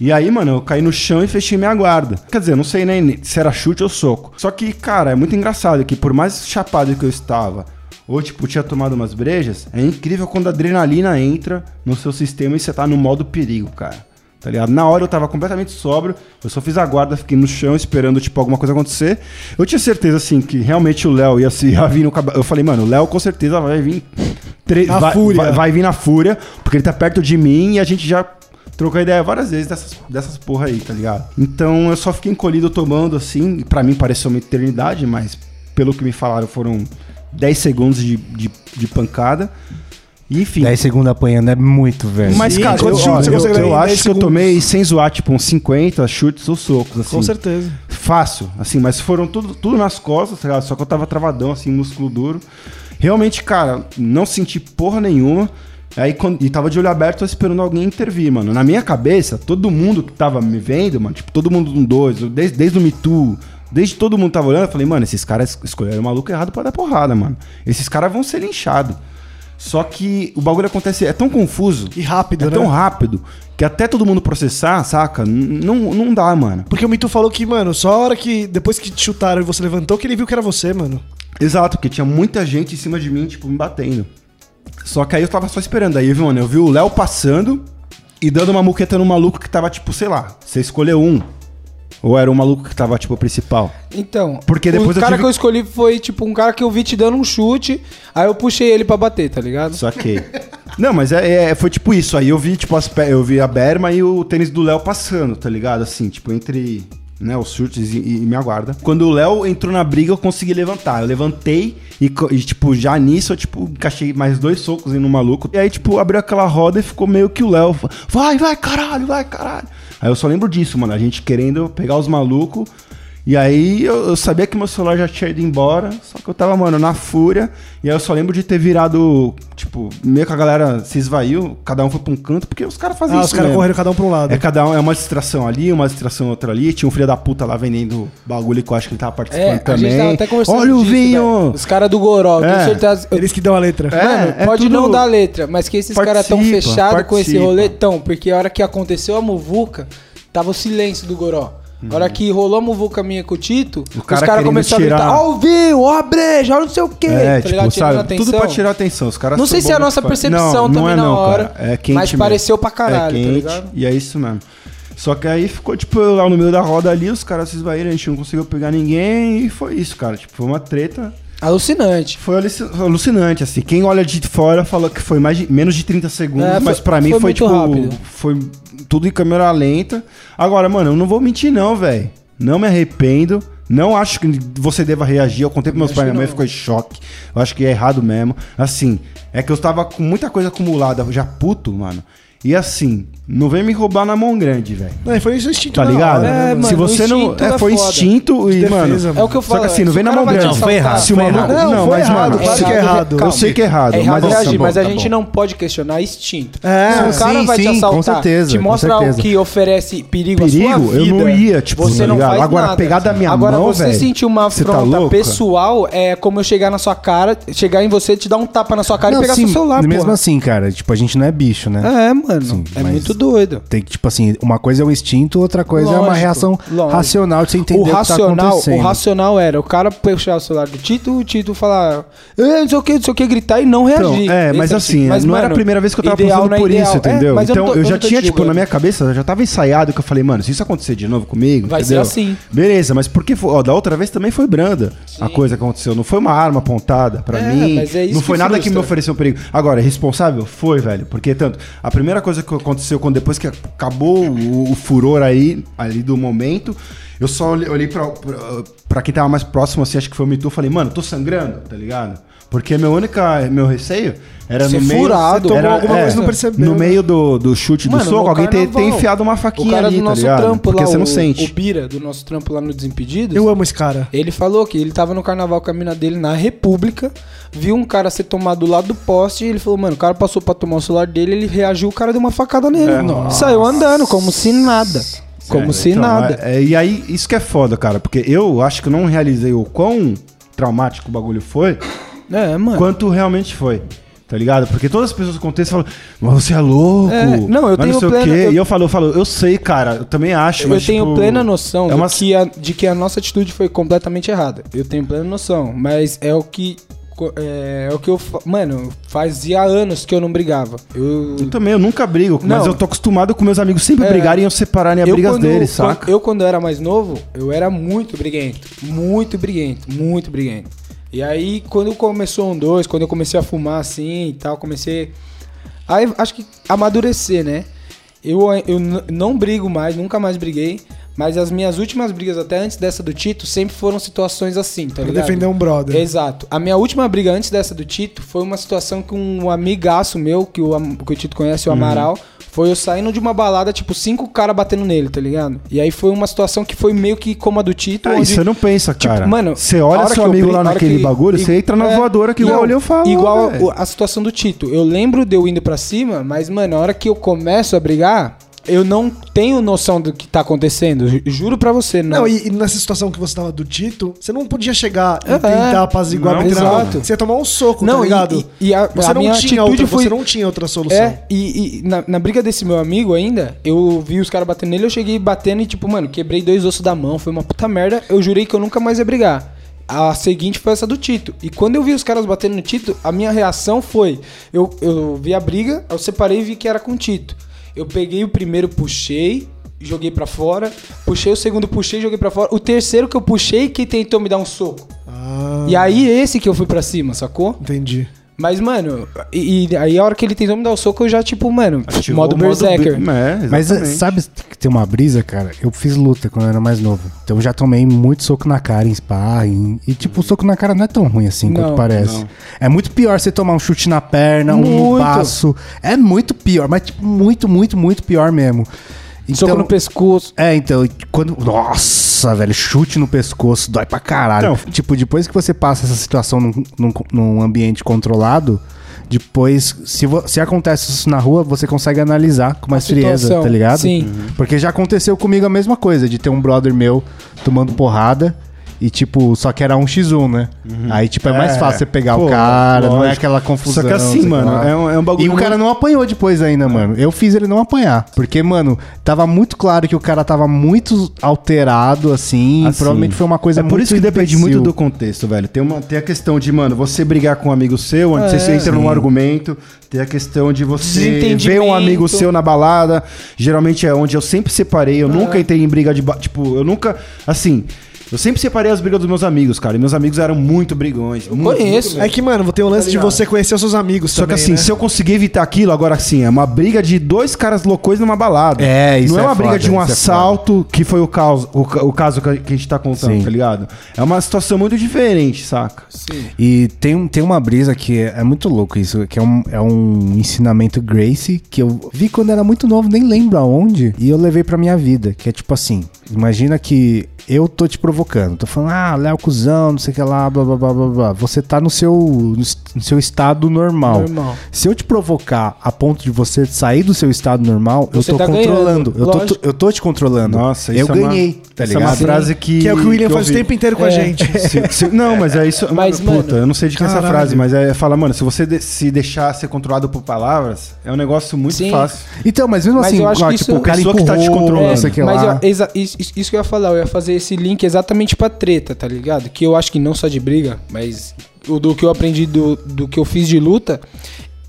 Speaker 4: E aí, mano, eu caí no chão e fechei minha guarda. Quer dizer, eu não sei nem se era chute ou soco. Só que, cara, é muito engraçado que por mais chapado que eu estava, ou tipo, tinha tomado umas brejas, é incrível quando a adrenalina entra no seu sistema e você tá no modo perigo, cara. Tá ligado? Na hora eu tava completamente sóbrio, eu só fiz a guarda, fiquei no chão esperando, tipo, alguma coisa acontecer. Eu tinha certeza, assim, que realmente o Léo ia, se, ia vir no cabelo. Eu falei, mano, o Léo com certeza vai vir. tre-
Speaker 3: Na
Speaker 4: vai,
Speaker 3: fúria.
Speaker 4: vai- vai vir na fúria, porque ele tá perto de mim e a gente já trocou ideia várias vezes dessas, dessas porra aí, tá ligado? Então eu só fiquei encolhido tomando assim, e pra mim pareceu uma eternidade, mas pelo que me falaram foram 10 segundos de, de, de pancada. E enfim.
Speaker 1: 10 segundos apanhando é muito, velho.
Speaker 4: Mas,
Speaker 3: Sim,
Speaker 4: cara, eu,
Speaker 3: quantos chutes você
Speaker 4: eu-
Speaker 3: consegue
Speaker 4: eu
Speaker 3: dar em
Speaker 4: acho
Speaker 3: 10
Speaker 4: que eu
Speaker 3: segundos?
Speaker 4: tomei, sem zoar, tipo, uns 50 chutes ou socos, assim.
Speaker 3: Com certeza.
Speaker 4: Fácil, assim, mas foram tudo, tudo nas costas, tá ligado? Só que eu tava travadão, assim, músculo duro. Realmente, cara, não senti porra nenhuma. Aí, quando, e tava de olho aberto, eu esperando alguém intervir, mano. Na minha cabeça, todo mundo que tava me vendo, mano, tipo, todo mundo um dois, eu- desde, desde o Me Too, desde todo mundo tava olhando, eu falei, mano, esses caras escolheram o maluco errado pra dar porrada, mano. Esses caras vão ser linchados. Só que o bagulho acontece, é tão confuso.
Speaker 3: E rápido,
Speaker 4: é
Speaker 3: né?
Speaker 4: tão rápido que até todo mundo processar, saca? N- Não, não dá, mano.
Speaker 3: Porque o Mito falou que, mano, só a hora que. Depois que te chutaram e você levantou, que ele viu que era você, mano.
Speaker 4: Exato, porque tinha muita gente em cima de mim, tipo, me batendo. Só que aí eu tava só esperando. Aí, mano, eu vi o Léo passando e dando uma muqueta no maluco que tava, tipo, sei lá, você escolheu um. Ou era o maluco que tava, tipo, o principal?
Speaker 2: Então,
Speaker 4: Porque depois
Speaker 2: o
Speaker 4: eu
Speaker 2: cara
Speaker 4: tive-
Speaker 2: que eu escolhi foi tipo um cara que eu vi te dando um chute, aí eu puxei ele pra bater, tá ligado?
Speaker 4: Saquei. Não, mas é, é- foi tipo isso. Aí eu vi, tipo, as pe- eu vi a Berma e o tênis do Léo passando, tá ligado? Assim, tipo, entre né, os surtos e, e minha guarda. Quando o Léo entrou na briga, eu consegui levantar. Eu levantei e, co- e, tipo, já nisso eu, tipo, encaixei mais dois socos aí no maluco. E aí, tipo, abriu aquela roda e ficou meio que o Léo. fa- Vai, vai, caralho, vai, caralho. Aí eu só lembro disso, mano. A gente querendo pegar os malucos. E aí eu, eu sabia que meu celular já tinha ido embora, só que eu tava, mano, na fúria. E aí eu só lembro de ter virado, tipo, meio que a galera se esvaiu, cada um foi pra um canto, porque os caras faziam
Speaker 3: Ah,
Speaker 4: isso.
Speaker 3: os caras
Speaker 4: mesmo.
Speaker 3: correram cada um pra um lado.
Speaker 4: É cada um, é uma distração ali, uma distração outra ali. Tinha um filho da puta lá vendendo bagulho que eu acho que ele tava participando
Speaker 2: É, a
Speaker 4: também.
Speaker 2: gente tava até conversando
Speaker 4: Olha o
Speaker 2: disso,
Speaker 4: vinho!
Speaker 2: velho. Os caras do Goró,
Speaker 4: É.
Speaker 2: tenho certeza. eu-
Speaker 3: Eles que dão a letra.
Speaker 4: É,
Speaker 2: Mano,
Speaker 4: é
Speaker 2: pode
Speaker 4: tudo-
Speaker 2: não dar letra, mas que esses caras tão
Speaker 4: Participa,
Speaker 2: fechados com esse
Speaker 4: participa.
Speaker 2: roletão, porque a hora que aconteceu a muvuca, tava o silêncio do Goró. A hora que rolou a muvuca minha com o Tito,
Speaker 4: Uhum. cara
Speaker 2: os caras
Speaker 4: querendo
Speaker 2: começaram a gritar,
Speaker 4: tirar-
Speaker 2: ó o vinho, ó a breja, ó não sei o quê, tá
Speaker 4: É, tipo,
Speaker 2: ligado? Tirando
Speaker 4: sabe, tudo pra tirar atenção. Os caras
Speaker 2: Não
Speaker 4: são
Speaker 2: sei se é a
Speaker 4: bons
Speaker 2: nossa
Speaker 4: pra-
Speaker 2: percepção
Speaker 4: não, não
Speaker 2: também
Speaker 4: é
Speaker 2: na
Speaker 4: não,
Speaker 2: hora,
Speaker 4: cara. É quente
Speaker 2: mas
Speaker 4: mesmo.
Speaker 2: pareceu pra caralho,
Speaker 4: é
Speaker 2: tá
Speaker 4: quente,
Speaker 2: ligado?
Speaker 4: E é isso mesmo. Só que aí ficou, tipo, eu lá no meio da roda ali, os caras se esvaíram, a gente não conseguiu pegar ninguém e foi isso, cara. Tipo, foi uma treta.
Speaker 2: Alucinante.
Speaker 4: Foi aluci- alucinante, assim. Quem olha de fora fala que foi mais de- menos de 30 segundos,
Speaker 2: É, foi-
Speaker 4: mas pra mim foi,
Speaker 2: foi muito
Speaker 4: tipo.
Speaker 2: rápido.
Speaker 4: Foi tudo em câmera lenta. Agora, mano, eu não vou mentir, não, velho. Não me arrependo. Não acho que você deva reagir. Eu contei pros meus pais e minha mãe ficou em choque. Eu acho que é errado mesmo. Assim, é que eu tava com muita coisa acumulada, já puto, mano. E assim, não vem me roubar na mão grande, velho.
Speaker 3: Não, e foi isso instinto.
Speaker 4: Tá
Speaker 3: na
Speaker 4: ligado?
Speaker 3: hora, né,
Speaker 2: É,
Speaker 3: mano?
Speaker 4: Se
Speaker 2: mano,
Speaker 4: você
Speaker 2: o
Speaker 4: não.
Speaker 2: instinto
Speaker 4: É,
Speaker 2: é
Speaker 4: foi
Speaker 2: foda.
Speaker 4: instinto e,
Speaker 3: Defesa,
Speaker 4: mano.
Speaker 3: mano.
Speaker 2: É o que eu
Speaker 4: Só
Speaker 2: falo.
Speaker 4: que assim, não
Speaker 2: se
Speaker 4: vem
Speaker 2: o
Speaker 4: na
Speaker 2: cara
Speaker 4: mão
Speaker 2: vai te
Speaker 4: grande.
Speaker 5: Não, foi
Speaker 2: assaltar-
Speaker 5: errado.
Speaker 4: Se o
Speaker 3: Foi
Speaker 4: maluco.
Speaker 3: errado.
Speaker 4: Não,
Speaker 3: Não, foi
Speaker 4: mas,
Speaker 3: errado,
Speaker 4: mano.
Speaker 3: claro
Speaker 4: se-
Speaker 3: que é errado.
Speaker 4: Eu sei que é errado.
Speaker 2: É errado
Speaker 4: mas assim,
Speaker 2: reagir, mas a
Speaker 5: tá
Speaker 2: gente
Speaker 5: bom.
Speaker 2: não pode questionar instinto.
Speaker 3: É,
Speaker 2: Se o cara
Speaker 1: sim,
Speaker 2: vai te
Speaker 1: sim,
Speaker 2: assaltar,
Speaker 1: com certeza,
Speaker 2: te
Speaker 1: com
Speaker 2: mostra
Speaker 1: certeza.
Speaker 2: algo que oferece perigo, à sua
Speaker 4: Perigo?
Speaker 2: vida,
Speaker 4: Eu não ia, tipo,
Speaker 2: você
Speaker 4: tá
Speaker 2: não
Speaker 4: ligado?
Speaker 2: faz
Speaker 4: Agora,
Speaker 2: nada.
Speaker 4: pegar da minha
Speaker 2: Agora,
Speaker 4: mão,
Speaker 2: você
Speaker 4: velho,
Speaker 2: sentir uma
Speaker 4: você tá
Speaker 2: afronta
Speaker 4: louco?
Speaker 2: pessoal é como eu chegar na sua cara, chegar em você, te dar um tapa na sua cara
Speaker 1: Não,
Speaker 2: e pegar
Speaker 1: sim,
Speaker 2: seu celular,
Speaker 1: Mesmo
Speaker 2: porra.
Speaker 1: assim, cara, tipo, a gente não é bicho, né?
Speaker 2: É, mano,
Speaker 1: Sim,
Speaker 2: é
Speaker 1: mas-
Speaker 2: muito doido.
Speaker 1: Tem que, tipo assim, uma coisa é um instinto, outra coisa é uma
Speaker 2: Lógico,
Speaker 1: reação
Speaker 2: lógico.
Speaker 1: racional de você entender
Speaker 2: O
Speaker 1: o que tá
Speaker 2: racional,
Speaker 1: acontecendo.
Speaker 2: o racional era o cara puxar o celular do Tito, o Tito falar, "Eh, não sei o que, não sei o que, gritar e não
Speaker 4: Então,
Speaker 2: reagir.
Speaker 4: é, mas
Speaker 2: Esse
Speaker 4: assim,
Speaker 2: tipo. Mas,
Speaker 4: não era
Speaker 2: mano,
Speaker 4: a primeira vez que eu tava
Speaker 2: ideal
Speaker 4: passando
Speaker 2: não é
Speaker 4: por
Speaker 2: ideal.
Speaker 4: isso,
Speaker 2: É,
Speaker 4: entendeu?
Speaker 2: mas
Speaker 4: então
Speaker 2: não tô-
Speaker 4: eu, já
Speaker 2: não tô né?
Speaker 4: tinha,
Speaker 2: te
Speaker 4: tipo, na
Speaker 2: julgando.
Speaker 4: minha cabeça, eu já tava ensaiado que eu falei, mano, se isso acontecer de novo comigo.
Speaker 2: Vai ser
Speaker 4: entendeu?
Speaker 2: assim.
Speaker 4: Beleza, mas porque foi, ó, da outra vez também foi branda a coisa que aconteceu. Não foi uma arma apontada pra
Speaker 2: É,
Speaker 4: mim.
Speaker 2: mas é isso
Speaker 4: não
Speaker 2: que
Speaker 4: foi nada que
Speaker 2: frustra.
Speaker 4: me ofereceu perigo. Agora, responsável? Foi, velho. Porque tanto, a primeira coisa que aconteceu quando depois que acabou o, o furor aí, ali do momento. Eu só olhei, olhei pra, pra, pra quem tava mais próximo, assim, acho que foi o Mitu, falei, mano, tô sangrando, tá ligado? Porque meu único meu receio era
Speaker 2: Ser
Speaker 4: no meio.
Speaker 2: furado.
Speaker 4: Você tomou
Speaker 2: Era-
Speaker 4: alguma
Speaker 2: é,
Speaker 4: coisa e não percebeu. No
Speaker 3: né?
Speaker 4: meio do, do chute do
Speaker 2: Mano,
Speaker 4: soco,
Speaker 2: no
Speaker 4: alguém ter,
Speaker 2: carnaval,
Speaker 4: ter enfiado uma faquinha
Speaker 2: o cara
Speaker 4: ali,
Speaker 2: do
Speaker 4: tá
Speaker 2: nosso
Speaker 4: ligado?
Speaker 2: trampo
Speaker 4: Porque
Speaker 2: lá,
Speaker 4: você não
Speaker 2: o,
Speaker 4: sente.
Speaker 2: o Bira, do nosso trampo lá no Desimpedidos,
Speaker 3: Eu amo esse cara.
Speaker 2: ele falou que ele tava no carnaval com a mina dele na República, viu um cara ser tomado do lado do poste, e ele falou, mano, o cara passou pra tomar o celular dele, ele reagiu, o cara deu uma facada nele. Saiu andando, como se nada. Como
Speaker 4: É,
Speaker 2: se
Speaker 4: então,
Speaker 2: nada.
Speaker 4: é- é, e aí, isso que é foda, cara, porque eu acho que eu não realizei o quão traumático o bagulho foi,
Speaker 2: É, mano.
Speaker 4: quanto realmente foi. Tá ligado? Porque todas as pessoas que acontecem falam, mas você é louco.
Speaker 2: É, não, eu
Speaker 4: mas
Speaker 2: tenho
Speaker 4: sei o
Speaker 2: plena-
Speaker 4: quê."
Speaker 2: eu-
Speaker 4: E eu falo, eu falo, eu sei, cara, eu também acho.
Speaker 2: Eu
Speaker 4: mas,
Speaker 2: tenho
Speaker 4: tipo,
Speaker 2: plena noção
Speaker 4: É uma
Speaker 2: de, que a, de que a nossa atitude foi completamente errada. Eu tenho plena noção, mas é o que. co- É, é o que eu. fa- Mano, fazia anos que eu não brigava. Eu.
Speaker 4: Eu também, eu nunca brigo, mas
Speaker 2: Não.
Speaker 4: eu tô acostumado com meus amigos sempre
Speaker 2: É.
Speaker 4: brigarem e eu separarem as
Speaker 2: eu
Speaker 4: brigas
Speaker 2: quando-
Speaker 4: deles, saca?
Speaker 2: quando- eu, quando era mais novo, eu era muito briguento. Muito briguento, muito briguento. E aí, quando começou um dois, quando eu comecei a fumar assim e tal, comecei. Aí acho que amadurecer, né? Eu, eu n- não brigo mais, nunca mais briguei. Mas as minhas últimas brigas, até antes dessa do Tito, sempre foram situações assim, tá
Speaker 3: Pra
Speaker 2: ligado?
Speaker 3: defender um brother.
Speaker 2: Exato. A minha última briga antes dessa do Tito foi uma situação que um amigaço meu, que o, Am- que o Tito conhece, o
Speaker 4: Uhum.
Speaker 2: Amaral, foi eu saindo de uma balada, tipo, cinco caras batendo nele, tá ligado? E aí foi uma situação que foi meio que como a do Tito.
Speaker 4: Ah,
Speaker 2: onde-
Speaker 4: isso você não pensa,
Speaker 2: tipo,
Speaker 4: cara.
Speaker 2: mano,
Speaker 4: você
Speaker 2: a
Speaker 4: olha
Speaker 2: hora
Speaker 4: seu
Speaker 2: que eu
Speaker 4: amigo
Speaker 2: brin-
Speaker 4: lá
Speaker 2: a hora
Speaker 4: naquele
Speaker 2: que-
Speaker 4: bagulho, você entra na
Speaker 2: é,
Speaker 4: voadora que igual
Speaker 2: não,
Speaker 4: olhou eu falo.
Speaker 2: Igual
Speaker 4: velho.
Speaker 2: o- a situação do Tito. Eu lembro de eu indo pra cima, mas, mano, a hora que eu começo a brigar, eu não tenho noção do que tá acontecendo. ju- Juro pra você, não.
Speaker 3: Não, e, e nessa situação que você tava do Tito, você não podia chegar e
Speaker 2: É.
Speaker 3: tentar apaziguar
Speaker 4: Não,
Speaker 3: porque era-
Speaker 2: exato.
Speaker 3: Você ia tomar um soco,
Speaker 2: Não,
Speaker 3: tá
Speaker 2: e-
Speaker 3: ligado?
Speaker 2: e- e a-
Speaker 3: você
Speaker 2: a
Speaker 3: não
Speaker 2: minha
Speaker 3: tinha
Speaker 2: atitude
Speaker 3: outra, você
Speaker 2: foi-
Speaker 3: não tinha outra solução.
Speaker 2: É, e, e na, na briga desse meu amigo ainda, eu vi os caras batendo nele, eu cheguei batendo e, tipo, mano, quebrei dois ossos da mão, foi uma puta merda. Eu jurei que eu nunca mais ia brigar. A seguinte foi essa do Tito. E quando eu vi os caras batendo no Tito, a minha reação foi: eu, eu vi a briga, eu separei e vi que era com o Tito. Eu peguei o primeiro, puxei, joguei pra fora. Puxei o segundo, puxei, joguei pra fora. O terceiro que eu puxei, que tentou me dar um soco.
Speaker 3: Ah,
Speaker 2: E aí, esse que eu fui pra cima, sacou?
Speaker 3: entendi.
Speaker 2: Mas, mano, e, e aí a hora que ele tentou me dar o soco, eu já, tipo, mano,
Speaker 4: Ativou
Speaker 2: modo
Speaker 4: o modo
Speaker 2: Berserker.
Speaker 4: be- É,
Speaker 1: Mas eh,
Speaker 4: exatamente.
Speaker 1: sabe que tem uma brisa, cara? Eu fiz luta quando eu era mais novo. Então eu já tomei muito soco na cara em sparring. E tipo, o soco na cara não é tão ruim assim quanto
Speaker 2: Não,
Speaker 1: parece. É muito pior você tomar um chute na perna, um
Speaker 2: Muito.
Speaker 1: baço. É muito pior, mas tipo, muito, muito, muito pior mesmo.
Speaker 2: soco no pescoço.
Speaker 1: É, então, quando. Nossa, velho, chute no pescoço, dói pra caralho.
Speaker 4: Então-
Speaker 1: Tipo, depois que você passa essa situação num, num- num ambiente controlado, depois, se, vo- se acontece isso na rua, você consegue analisar com mais frieza,
Speaker 2: situação,
Speaker 1: tá ligado?
Speaker 2: sim.
Speaker 1: Porque já aconteceu comigo a mesma coisa, de ter um brother meu tomando porrada. E, tipo, só que era um x1, né? Aí, tipo, é mais
Speaker 4: É.
Speaker 1: fácil você pegar
Speaker 4: Pô,
Speaker 1: o cara, não é
Speaker 4: lógico.
Speaker 1: aquela confusão.
Speaker 4: Só que assim,
Speaker 1: sei lá.
Speaker 4: mano, é um- é um bagulho
Speaker 1: E o cara
Speaker 4: muito-
Speaker 1: não apanhou depois ainda,
Speaker 4: É.
Speaker 1: mano. Eu fiz ele não apanhar. Porque, mano, tava muito claro que o cara tava muito alterado, assim.
Speaker 4: Assim,
Speaker 1: provavelmente foi uma coisa
Speaker 4: é
Speaker 1: muito.
Speaker 4: por isso que depende
Speaker 1: imbecil.
Speaker 4: muito do contexto, velho. Tem, uma, tem a questão de, mano, você brigar com um amigo seu, onde
Speaker 1: É.
Speaker 4: você entra num argumento. Tem a questão de você
Speaker 2: Desentendimento.
Speaker 4: ver um amigo seu na balada. Geralmente é onde eu sempre separei. Eu
Speaker 2: Ah.
Speaker 4: nunca entrei em briga de. ba- Tipo, eu nunca. Assim. Eu sempre separei as brigas dos meus amigos, cara. E meus amigos eram muito brigões. muito,
Speaker 2: Conheço.
Speaker 3: É que, mano, tem o
Speaker 2: Tá
Speaker 3: lance de você conhecer os seus amigos
Speaker 4: Só que
Speaker 3: também,
Speaker 4: assim,
Speaker 3: né?
Speaker 4: se eu conseguir evitar aquilo, agora sim, é uma briga de dois caras loucões numa balada.
Speaker 1: É, isso
Speaker 4: Não é
Speaker 1: é
Speaker 4: uma briga
Speaker 1: foda,
Speaker 4: de um
Speaker 1: isso é
Speaker 4: assalto, que foi o caso, o, ca- o caso que a que a gente tá contando,
Speaker 1: Sim.
Speaker 4: tá ligado? É uma situação muito diferente, saca?
Speaker 1: E tem, um- tem uma brisa que é, é muito louco isso, que é um, é um ensinamento Gracie que eu vi quando era muito novo, nem lembro aonde, e eu levei pra minha vida, que é tipo assim, imagina que eu tô te provocando, tô falando, ah, Léo cuzão, não sei o que lá, blá blá blá blá blá. Você tá no seu, no s- no seu estado normal.
Speaker 2: Normal.
Speaker 1: Se eu te provocar a ponto de você sair do seu estado normal,
Speaker 2: Você
Speaker 1: eu tô
Speaker 2: tá ganhando,
Speaker 1: controlando. Eu tô,
Speaker 2: lógico.
Speaker 1: eu tô te controlando. eu
Speaker 4: é uma-
Speaker 1: ganhei, tá
Speaker 4: essa é
Speaker 1: ligado?
Speaker 4: uma frase que.
Speaker 3: que é o que o William
Speaker 4: eu
Speaker 3: faz o
Speaker 4: vi.
Speaker 3: tempo inteiro com a
Speaker 2: É.
Speaker 3: gente.
Speaker 4: Se- se- não, mas é isso.
Speaker 2: Mas,
Speaker 4: mano, puta,
Speaker 2: mano,
Speaker 4: eu não sei de quem é essa
Speaker 3: caralho.
Speaker 4: frase, mas é fala, mano, se você de- se deixar ser controlado por palavras, é um negócio muito
Speaker 2: Sim.
Speaker 4: fácil.
Speaker 1: Então, mas mesmo
Speaker 2: Mas
Speaker 1: assim,
Speaker 2: eu acho
Speaker 1: ó,
Speaker 2: que
Speaker 1: tipo, o
Speaker 2: isso-
Speaker 1: cara
Speaker 4: pessoa que tá te
Speaker 1: empurrou,
Speaker 4: controlando.
Speaker 1: não sei o que
Speaker 2: mas
Speaker 1: lá.
Speaker 2: eu- exa- isso, isso- isso que eu ia falar, eu ia fazer esse link exatamente pra treta, tá ligado? Que eu acho que não só de briga, mas o do que eu aprendi do, do que eu fiz de luta,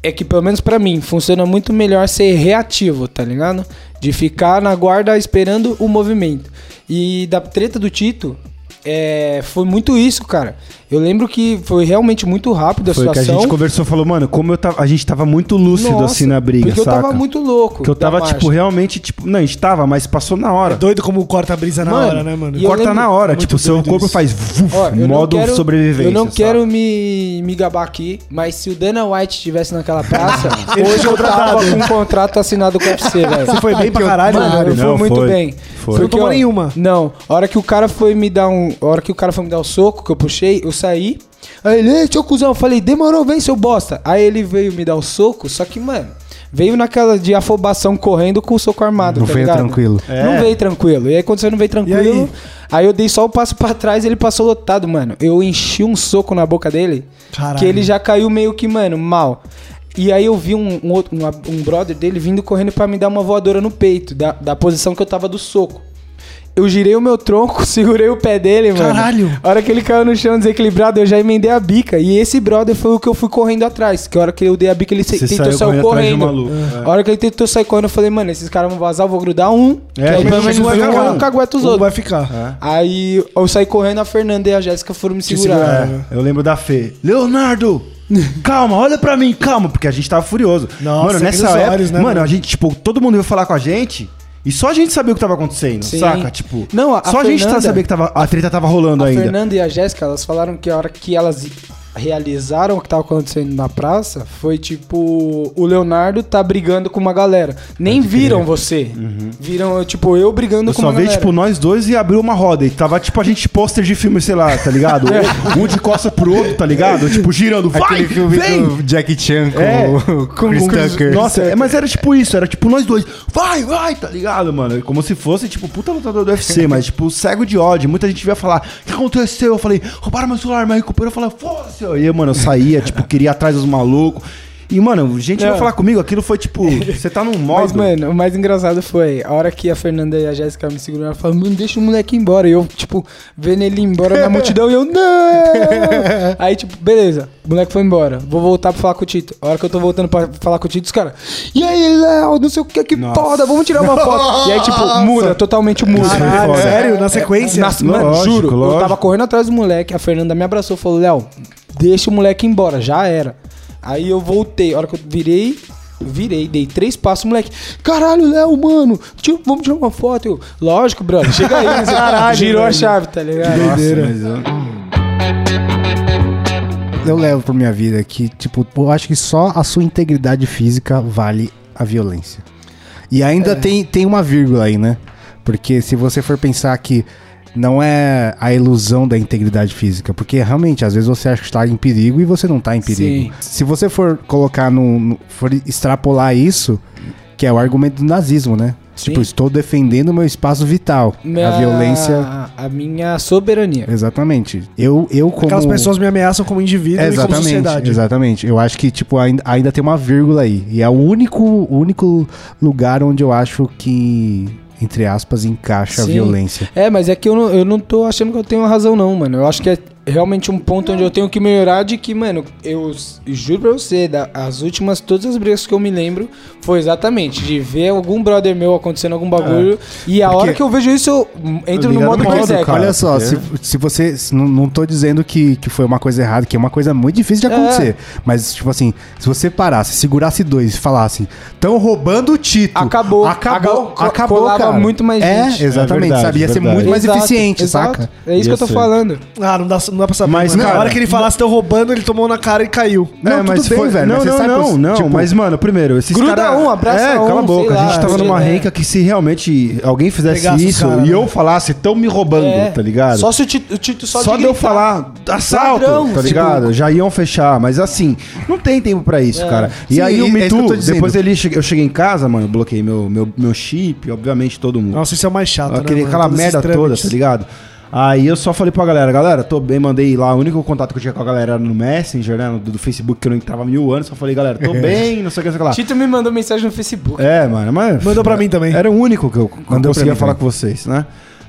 Speaker 2: é que pelo menos pra mim funciona muito melhor ser reativo, tá ligado? De ficar na guarda esperando o movimento. E da treta do Tito, é, foi muito isso, cara. Eu lembro que foi realmente muito rápido a
Speaker 4: Foi o que a
Speaker 2: situação.
Speaker 4: gente conversou, falou, mano, como eu tava, a gente tava muito lúcido
Speaker 2: Nossa,
Speaker 4: assim na briga,
Speaker 2: Porque
Speaker 4: saca?
Speaker 2: eu tava muito louco.
Speaker 4: Que eu
Speaker 2: da
Speaker 4: tava,
Speaker 2: marcha.
Speaker 4: tipo, realmente, tipo. Não, a gente tava, mas passou na hora.
Speaker 3: É doido como corta a brisa na
Speaker 2: Mano,
Speaker 3: hora, né, mano?
Speaker 2: e eu
Speaker 4: Corta
Speaker 2: lembro-
Speaker 4: na hora,
Speaker 3: muito
Speaker 4: tipo, seu
Speaker 3: doido
Speaker 4: corpo
Speaker 3: isso.
Speaker 4: faz vuf,
Speaker 2: Ó, eu não
Speaker 4: modo
Speaker 2: quero-
Speaker 4: sobrevivência.
Speaker 2: Eu não
Speaker 4: sabe?
Speaker 2: quero me, me gabar aqui, mas se o Dana White estivesse naquela praça, hoje eu tava com um contrato assinado com o UFC, velho. Ah,
Speaker 3: Você foi bem pra caralho,
Speaker 2: Mano,
Speaker 3: mano.
Speaker 2: eu fui
Speaker 4: Não,
Speaker 2: muito
Speaker 4: foi.
Speaker 2: bem.
Speaker 4: Foi.
Speaker 3: Você não tomou
Speaker 2: ó,
Speaker 3: nenhuma?
Speaker 2: Não. A hora que o cara foi me dar um. A hora que o cara foi me dar o soco que eu puxei, eu saí. Aí ele, "Ei, tio cuzão, eu falei, demorou, vem, seu bosta. Aí ele veio me dar o soco, só que, mano, veio naquela de afobação correndo com o soco armado.
Speaker 1: Não
Speaker 2: tá
Speaker 1: veio
Speaker 2: ligado?
Speaker 1: tranquilo.
Speaker 4: É.
Speaker 2: Não veio tranquilo. E aí quando você não veio tranquilo, aí? eu dei só o passo pra trás e ele passou lotado, mano. Eu enchi um soco na boca dele.
Speaker 3: Caralho.
Speaker 2: Que ele já caiu meio que, mano, mal. E aí eu vi um, um outro, um, um brother dele vindo correndo pra me dar uma voadora no peito, da, da posição que eu tava do soco. Eu girei o meu tronco, segurei o pé dele, mano.
Speaker 3: Caralho.
Speaker 2: A hora que ele caiu no chão desequilibrado, eu já emendei a bica. E esse brother foi o que eu fui correndo atrás. Que a hora que eu dei a bica, ele se-
Speaker 4: Você
Speaker 2: tentou
Speaker 4: saiu
Speaker 2: sair
Speaker 4: correndo atrás de um
Speaker 2: correndo.
Speaker 4: maluco, é.
Speaker 2: A hora que ele tentou sair correndo, eu falei, mano, esses caras vão vazar, eu vou grudar um. que
Speaker 4: É,
Speaker 2: aí
Speaker 4: pelo
Speaker 2: pelo menos
Speaker 4: menos vai
Speaker 2: um
Speaker 4: cagar.
Speaker 2: eu cagueta os
Speaker 3: Um
Speaker 2: outros. É.
Speaker 3: vai ficar.
Speaker 2: Aí eu saí correndo, a Fernanda e a Jéssica foram me segurar.
Speaker 4: É, eu lembro da Fê. Leonardo! Calma, olha pra mim, calma, porque a gente tava furioso.
Speaker 3: Nossa,
Speaker 4: mano, nessa
Speaker 3: aqueles
Speaker 4: época,
Speaker 3: olhos, né,
Speaker 4: mano,
Speaker 3: mano?
Speaker 4: a gente, tipo, todo mundo veio falar com a gente e só a gente sabia o que tava acontecendo,
Speaker 2: Sim.
Speaker 4: saca? Tipo,
Speaker 2: Não, a- a
Speaker 4: só a gente tá
Speaker 2: Fernanda-
Speaker 4: sabia que tava, a treta tava rolando
Speaker 2: A
Speaker 4: é, ainda.
Speaker 2: Fernanda e a Jéssica, elas falaram que a hora que elas realizaram o que tava acontecendo na praça foi tipo: o Leonardo tá brigando com uma galera. Nem viram você. Viram, tipo, eu brigando
Speaker 4: Uhum. Eu
Speaker 2: com
Speaker 4: só
Speaker 2: uma
Speaker 4: vi,
Speaker 2: galera.
Speaker 4: tipo, nós dois e abriu uma roda. E tava, tipo, a gente pôster de filme, sei lá, tá ligado? um de costa pro outro, tá ligado? Tipo, girando. Vai,
Speaker 1: Aquele filme
Speaker 4: vem!
Speaker 1: do Jack Chan com
Speaker 4: É,
Speaker 1: o Chris Tucker.
Speaker 4: Nossa, é, mas era tipo isso, era tipo nós dois. Vai, vai, tá ligado, mano? Como se fosse, tipo, puta lutador do UFC, mas tipo, cego de ódio. Muita gente ia falar, o que aconteceu? Eu falei, roubaram meu celular, mas recuperou. Eu falei, foda-se. E, eu, mano, eu saía, tipo, queria ir atrás dos malucos. E, mano, gente vai
Speaker 2: Não.
Speaker 4: falar comigo, aquilo foi tipo, você tá num
Speaker 2: Mas,
Speaker 4: modo.
Speaker 2: mano, o mais engraçado foi a hora que a Fernanda e a Jéssica me seguraram e falaram, mano, deixa o moleque ir embora. E eu, tipo, vendo ele ir embora na multidão e eu, não! Aí, tipo, beleza, o moleque foi embora. Vou voltar pra falar com o Tito. A hora que eu tô voltando pra falar com o Tito, os caras, e aí, Léo, não sei o que, que
Speaker 4: Nossa.
Speaker 2: foda, vamos tirar uma foto. E aí, tipo, muda, totalmente muda.
Speaker 4: Caralho,
Speaker 2: Foda.
Speaker 3: sério? Na sequência?
Speaker 2: Nossa, mano,
Speaker 4: É, Lógico,
Speaker 2: juro.
Speaker 4: lógico.
Speaker 2: é Eu tava correndo atrás do moleque, a Fernanda me abraçou e falou, Léo, deixa o moleque ir embora, já era. Aí eu voltei, a hora que eu virei, eu virei, dei três passos, o moleque, caralho, Léo, mano, tio, vamos tirar uma foto. Eu, Lógico, brother, chega aí. não sei o quê." Girou a chave, tá ligado?
Speaker 4: Nossa, mas eu-
Speaker 1: Eu levo pra minha vida que, tipo, eu acho que só a sua integridade física vale a violência. E
Speaker 4: É.
Speaker 1: ainda tem, tem uma vírgula aí, né? Porque se você for pensar que não é a ilusão da integridade física, porque realmente, às vezes você acha que está em perigo e você não tá em perigo.
Speaker 2: Sim.
Speaker 1: Se você for colocar no, no- for extrapolar isso, que é o argumento do nazismo, né?
Speaker 2: Sim.
Speaker 1: Tipo, estou defendendo meu espaço vital. A violência.
Speaker 2: A minha soberania.
Speaker 1: Exatamente. Eu, eu como.
Speaker 3: Aquelas pessoas me ameaçam como indivíduo e como
Speaker 1: Exatamente,
Speaker 3: sociedade.
Speaker 1: exatamente. Eu acho que, tipo, ainda, ainda tem uma vírgula aí. E é o único, o único lugar onde eu acho que, entre aspas, encaixa a
Speaker 2: Sim.
Speaker 1: violência.
Speaker 2: É, mas é que eu não, eu não tô achando que eu tenho razão, não, mano. Eu acho que é realmente um ponto onde eu tenho que melhorar de que, mano, eu s- juro pra você, da- as últimas, todas as brigas que eu me lembro foi exatamente de ver algum brother meu acontecendo algum bagulho e a
Speaker 1: Porque-
Speaker 2: hora que eu vejo isso, eu hum, entro no
Speaker 4: Ligado
Speaker 2: modo
Speaker 4: no modo,
Speaker 2: Berserk.
Speaker 4: cara.
Speaker 1: Olha só,
Speaker 4: é.
Speaker 1: se, se você. se não, não tô dizendo que, que foi uma coisa errada, que é uma coisa muito difícil de
Speaker 2: É.
Speaker 1: acontecer. Mas, tipo assim, se você parasse, segurasse dois e falasse, estão roubando o título.
Speaker 2: Acabou.
Speaker 1: Acabou,
Speaker 2: Acabou, co-
Speaker 1: acabou.
Speaker 2: colava
Speaker 1: cara.
Speaker 2: muito mais
Speaker 1: é,
Speaker 2: gente.
Speaker 1: Exatamente,
Speaker 4: É verdade,
Speaker 1: sabia ser
Speaker 4: verdade.
Speaker 1: muito mais
Speaker 2: Exato,
Speaker 1: eficiente,
Speaker 2: exato.
Speaker 1: saca?
Speaker 2: É isso que eu tô
Speaker 4: Ia ser.
Speaker 2: falando.
Speaker 3: Ah, não dá, não dá pra saber.
Speaker 4: Mas,
Speaker 3: mano.
Speaker 4: cara-
Speaker 3: na hora que ele falasse estão roubando, ele tomou na cara e caiu.
Speaker 2: É,
Speaker 1: Não, tudo bem, velho,
Speaker 4: É, Não,
Speaker 1: mas você
Speaker 4: não,
Speaker 1: sabe
Speaker 4: não,
Speaker 1: os-
Speaker 4: não.
Speaker 1: tipo-
Speaker 4: mas, mano, primeiro, esses
Speaker 2: Gruda
Speaker 4: cara-
Speaker 2: um, abraça
Speaker 4: É, cala a
Speaker 2: um,
Speaker 4: boca.
Speaker 2: sei
Speaker 4: a gente
Speaker 2: lá,
Speaker 4: tava
Speaker 2: sei
Speaker 4: numa
Speaker 2: lá.
Speaker 4: renca que se realmente alguém fizesse
Speaker 3: Pegasse os
Speaker 4: isso
Speaker 3: cara,
Speaker 4: e
Speaker 3: né?
Speaker 4: eu falasse, estão me roubando,
Speaker 2: É.
Speaker 4: tá ligado?
Speaker 2: Só se o Tito, o Tito só,
Speaker 4: Só,
Speaker 2: de
Speaker 4: de eu
Speaker 2: gritar.
Speaker 4: falar assalto,
Speaker 2: Ladrão,
Speaker 4: tá
Speaker 2: tipo-
Speaker 4: ligado? Já iam fechar, mas assim, não tem tempo pra isso, cara. E
Speaker 1: Sim,
Speaker 4: aí o
Speaker 1: é
Speaker 4: Me
Speaker 1: isso que eu
Speaker 4: Too,
Speaker 1: tô dizendo.
Speaker 4: depois ele, che- eu cheguei em casa, mano, eu bloqueei meu, meu, meu chip, obviamente todo mundo.
Speaker 3: Nossa, isso é o mais chato,
Speaker 4: Aquele,
Speaker 3: né, mano?
Speaker 4: aquela
Speaker 3: Todos esses
Speaker 4: merda toda,
Speaker 3: trâmites.
Speaker 4: tá ligado? Aí eu só falei pra galera, galera, tô bem, mandei lá, o único contato que eu tinha com a galera era no Messenger, né, no- do, Facebook, que eu não entrava há mil anos, só falei, galera, tô bem, não sei o que, não sei o que lá.
Speaker 2: Tito me mandou mensagem no Facebook.
Speaker 4: É, mano, mas...
Speaker 3: Mandou pra mim também.
Speaker 4: Era o único que eu
Speaker 1: Mandou pra
Speaker 4: conseguia
Speaker 1: mim
Speaker 4: falar
Speaker 1: também.
Speaker 4: com vocês, né?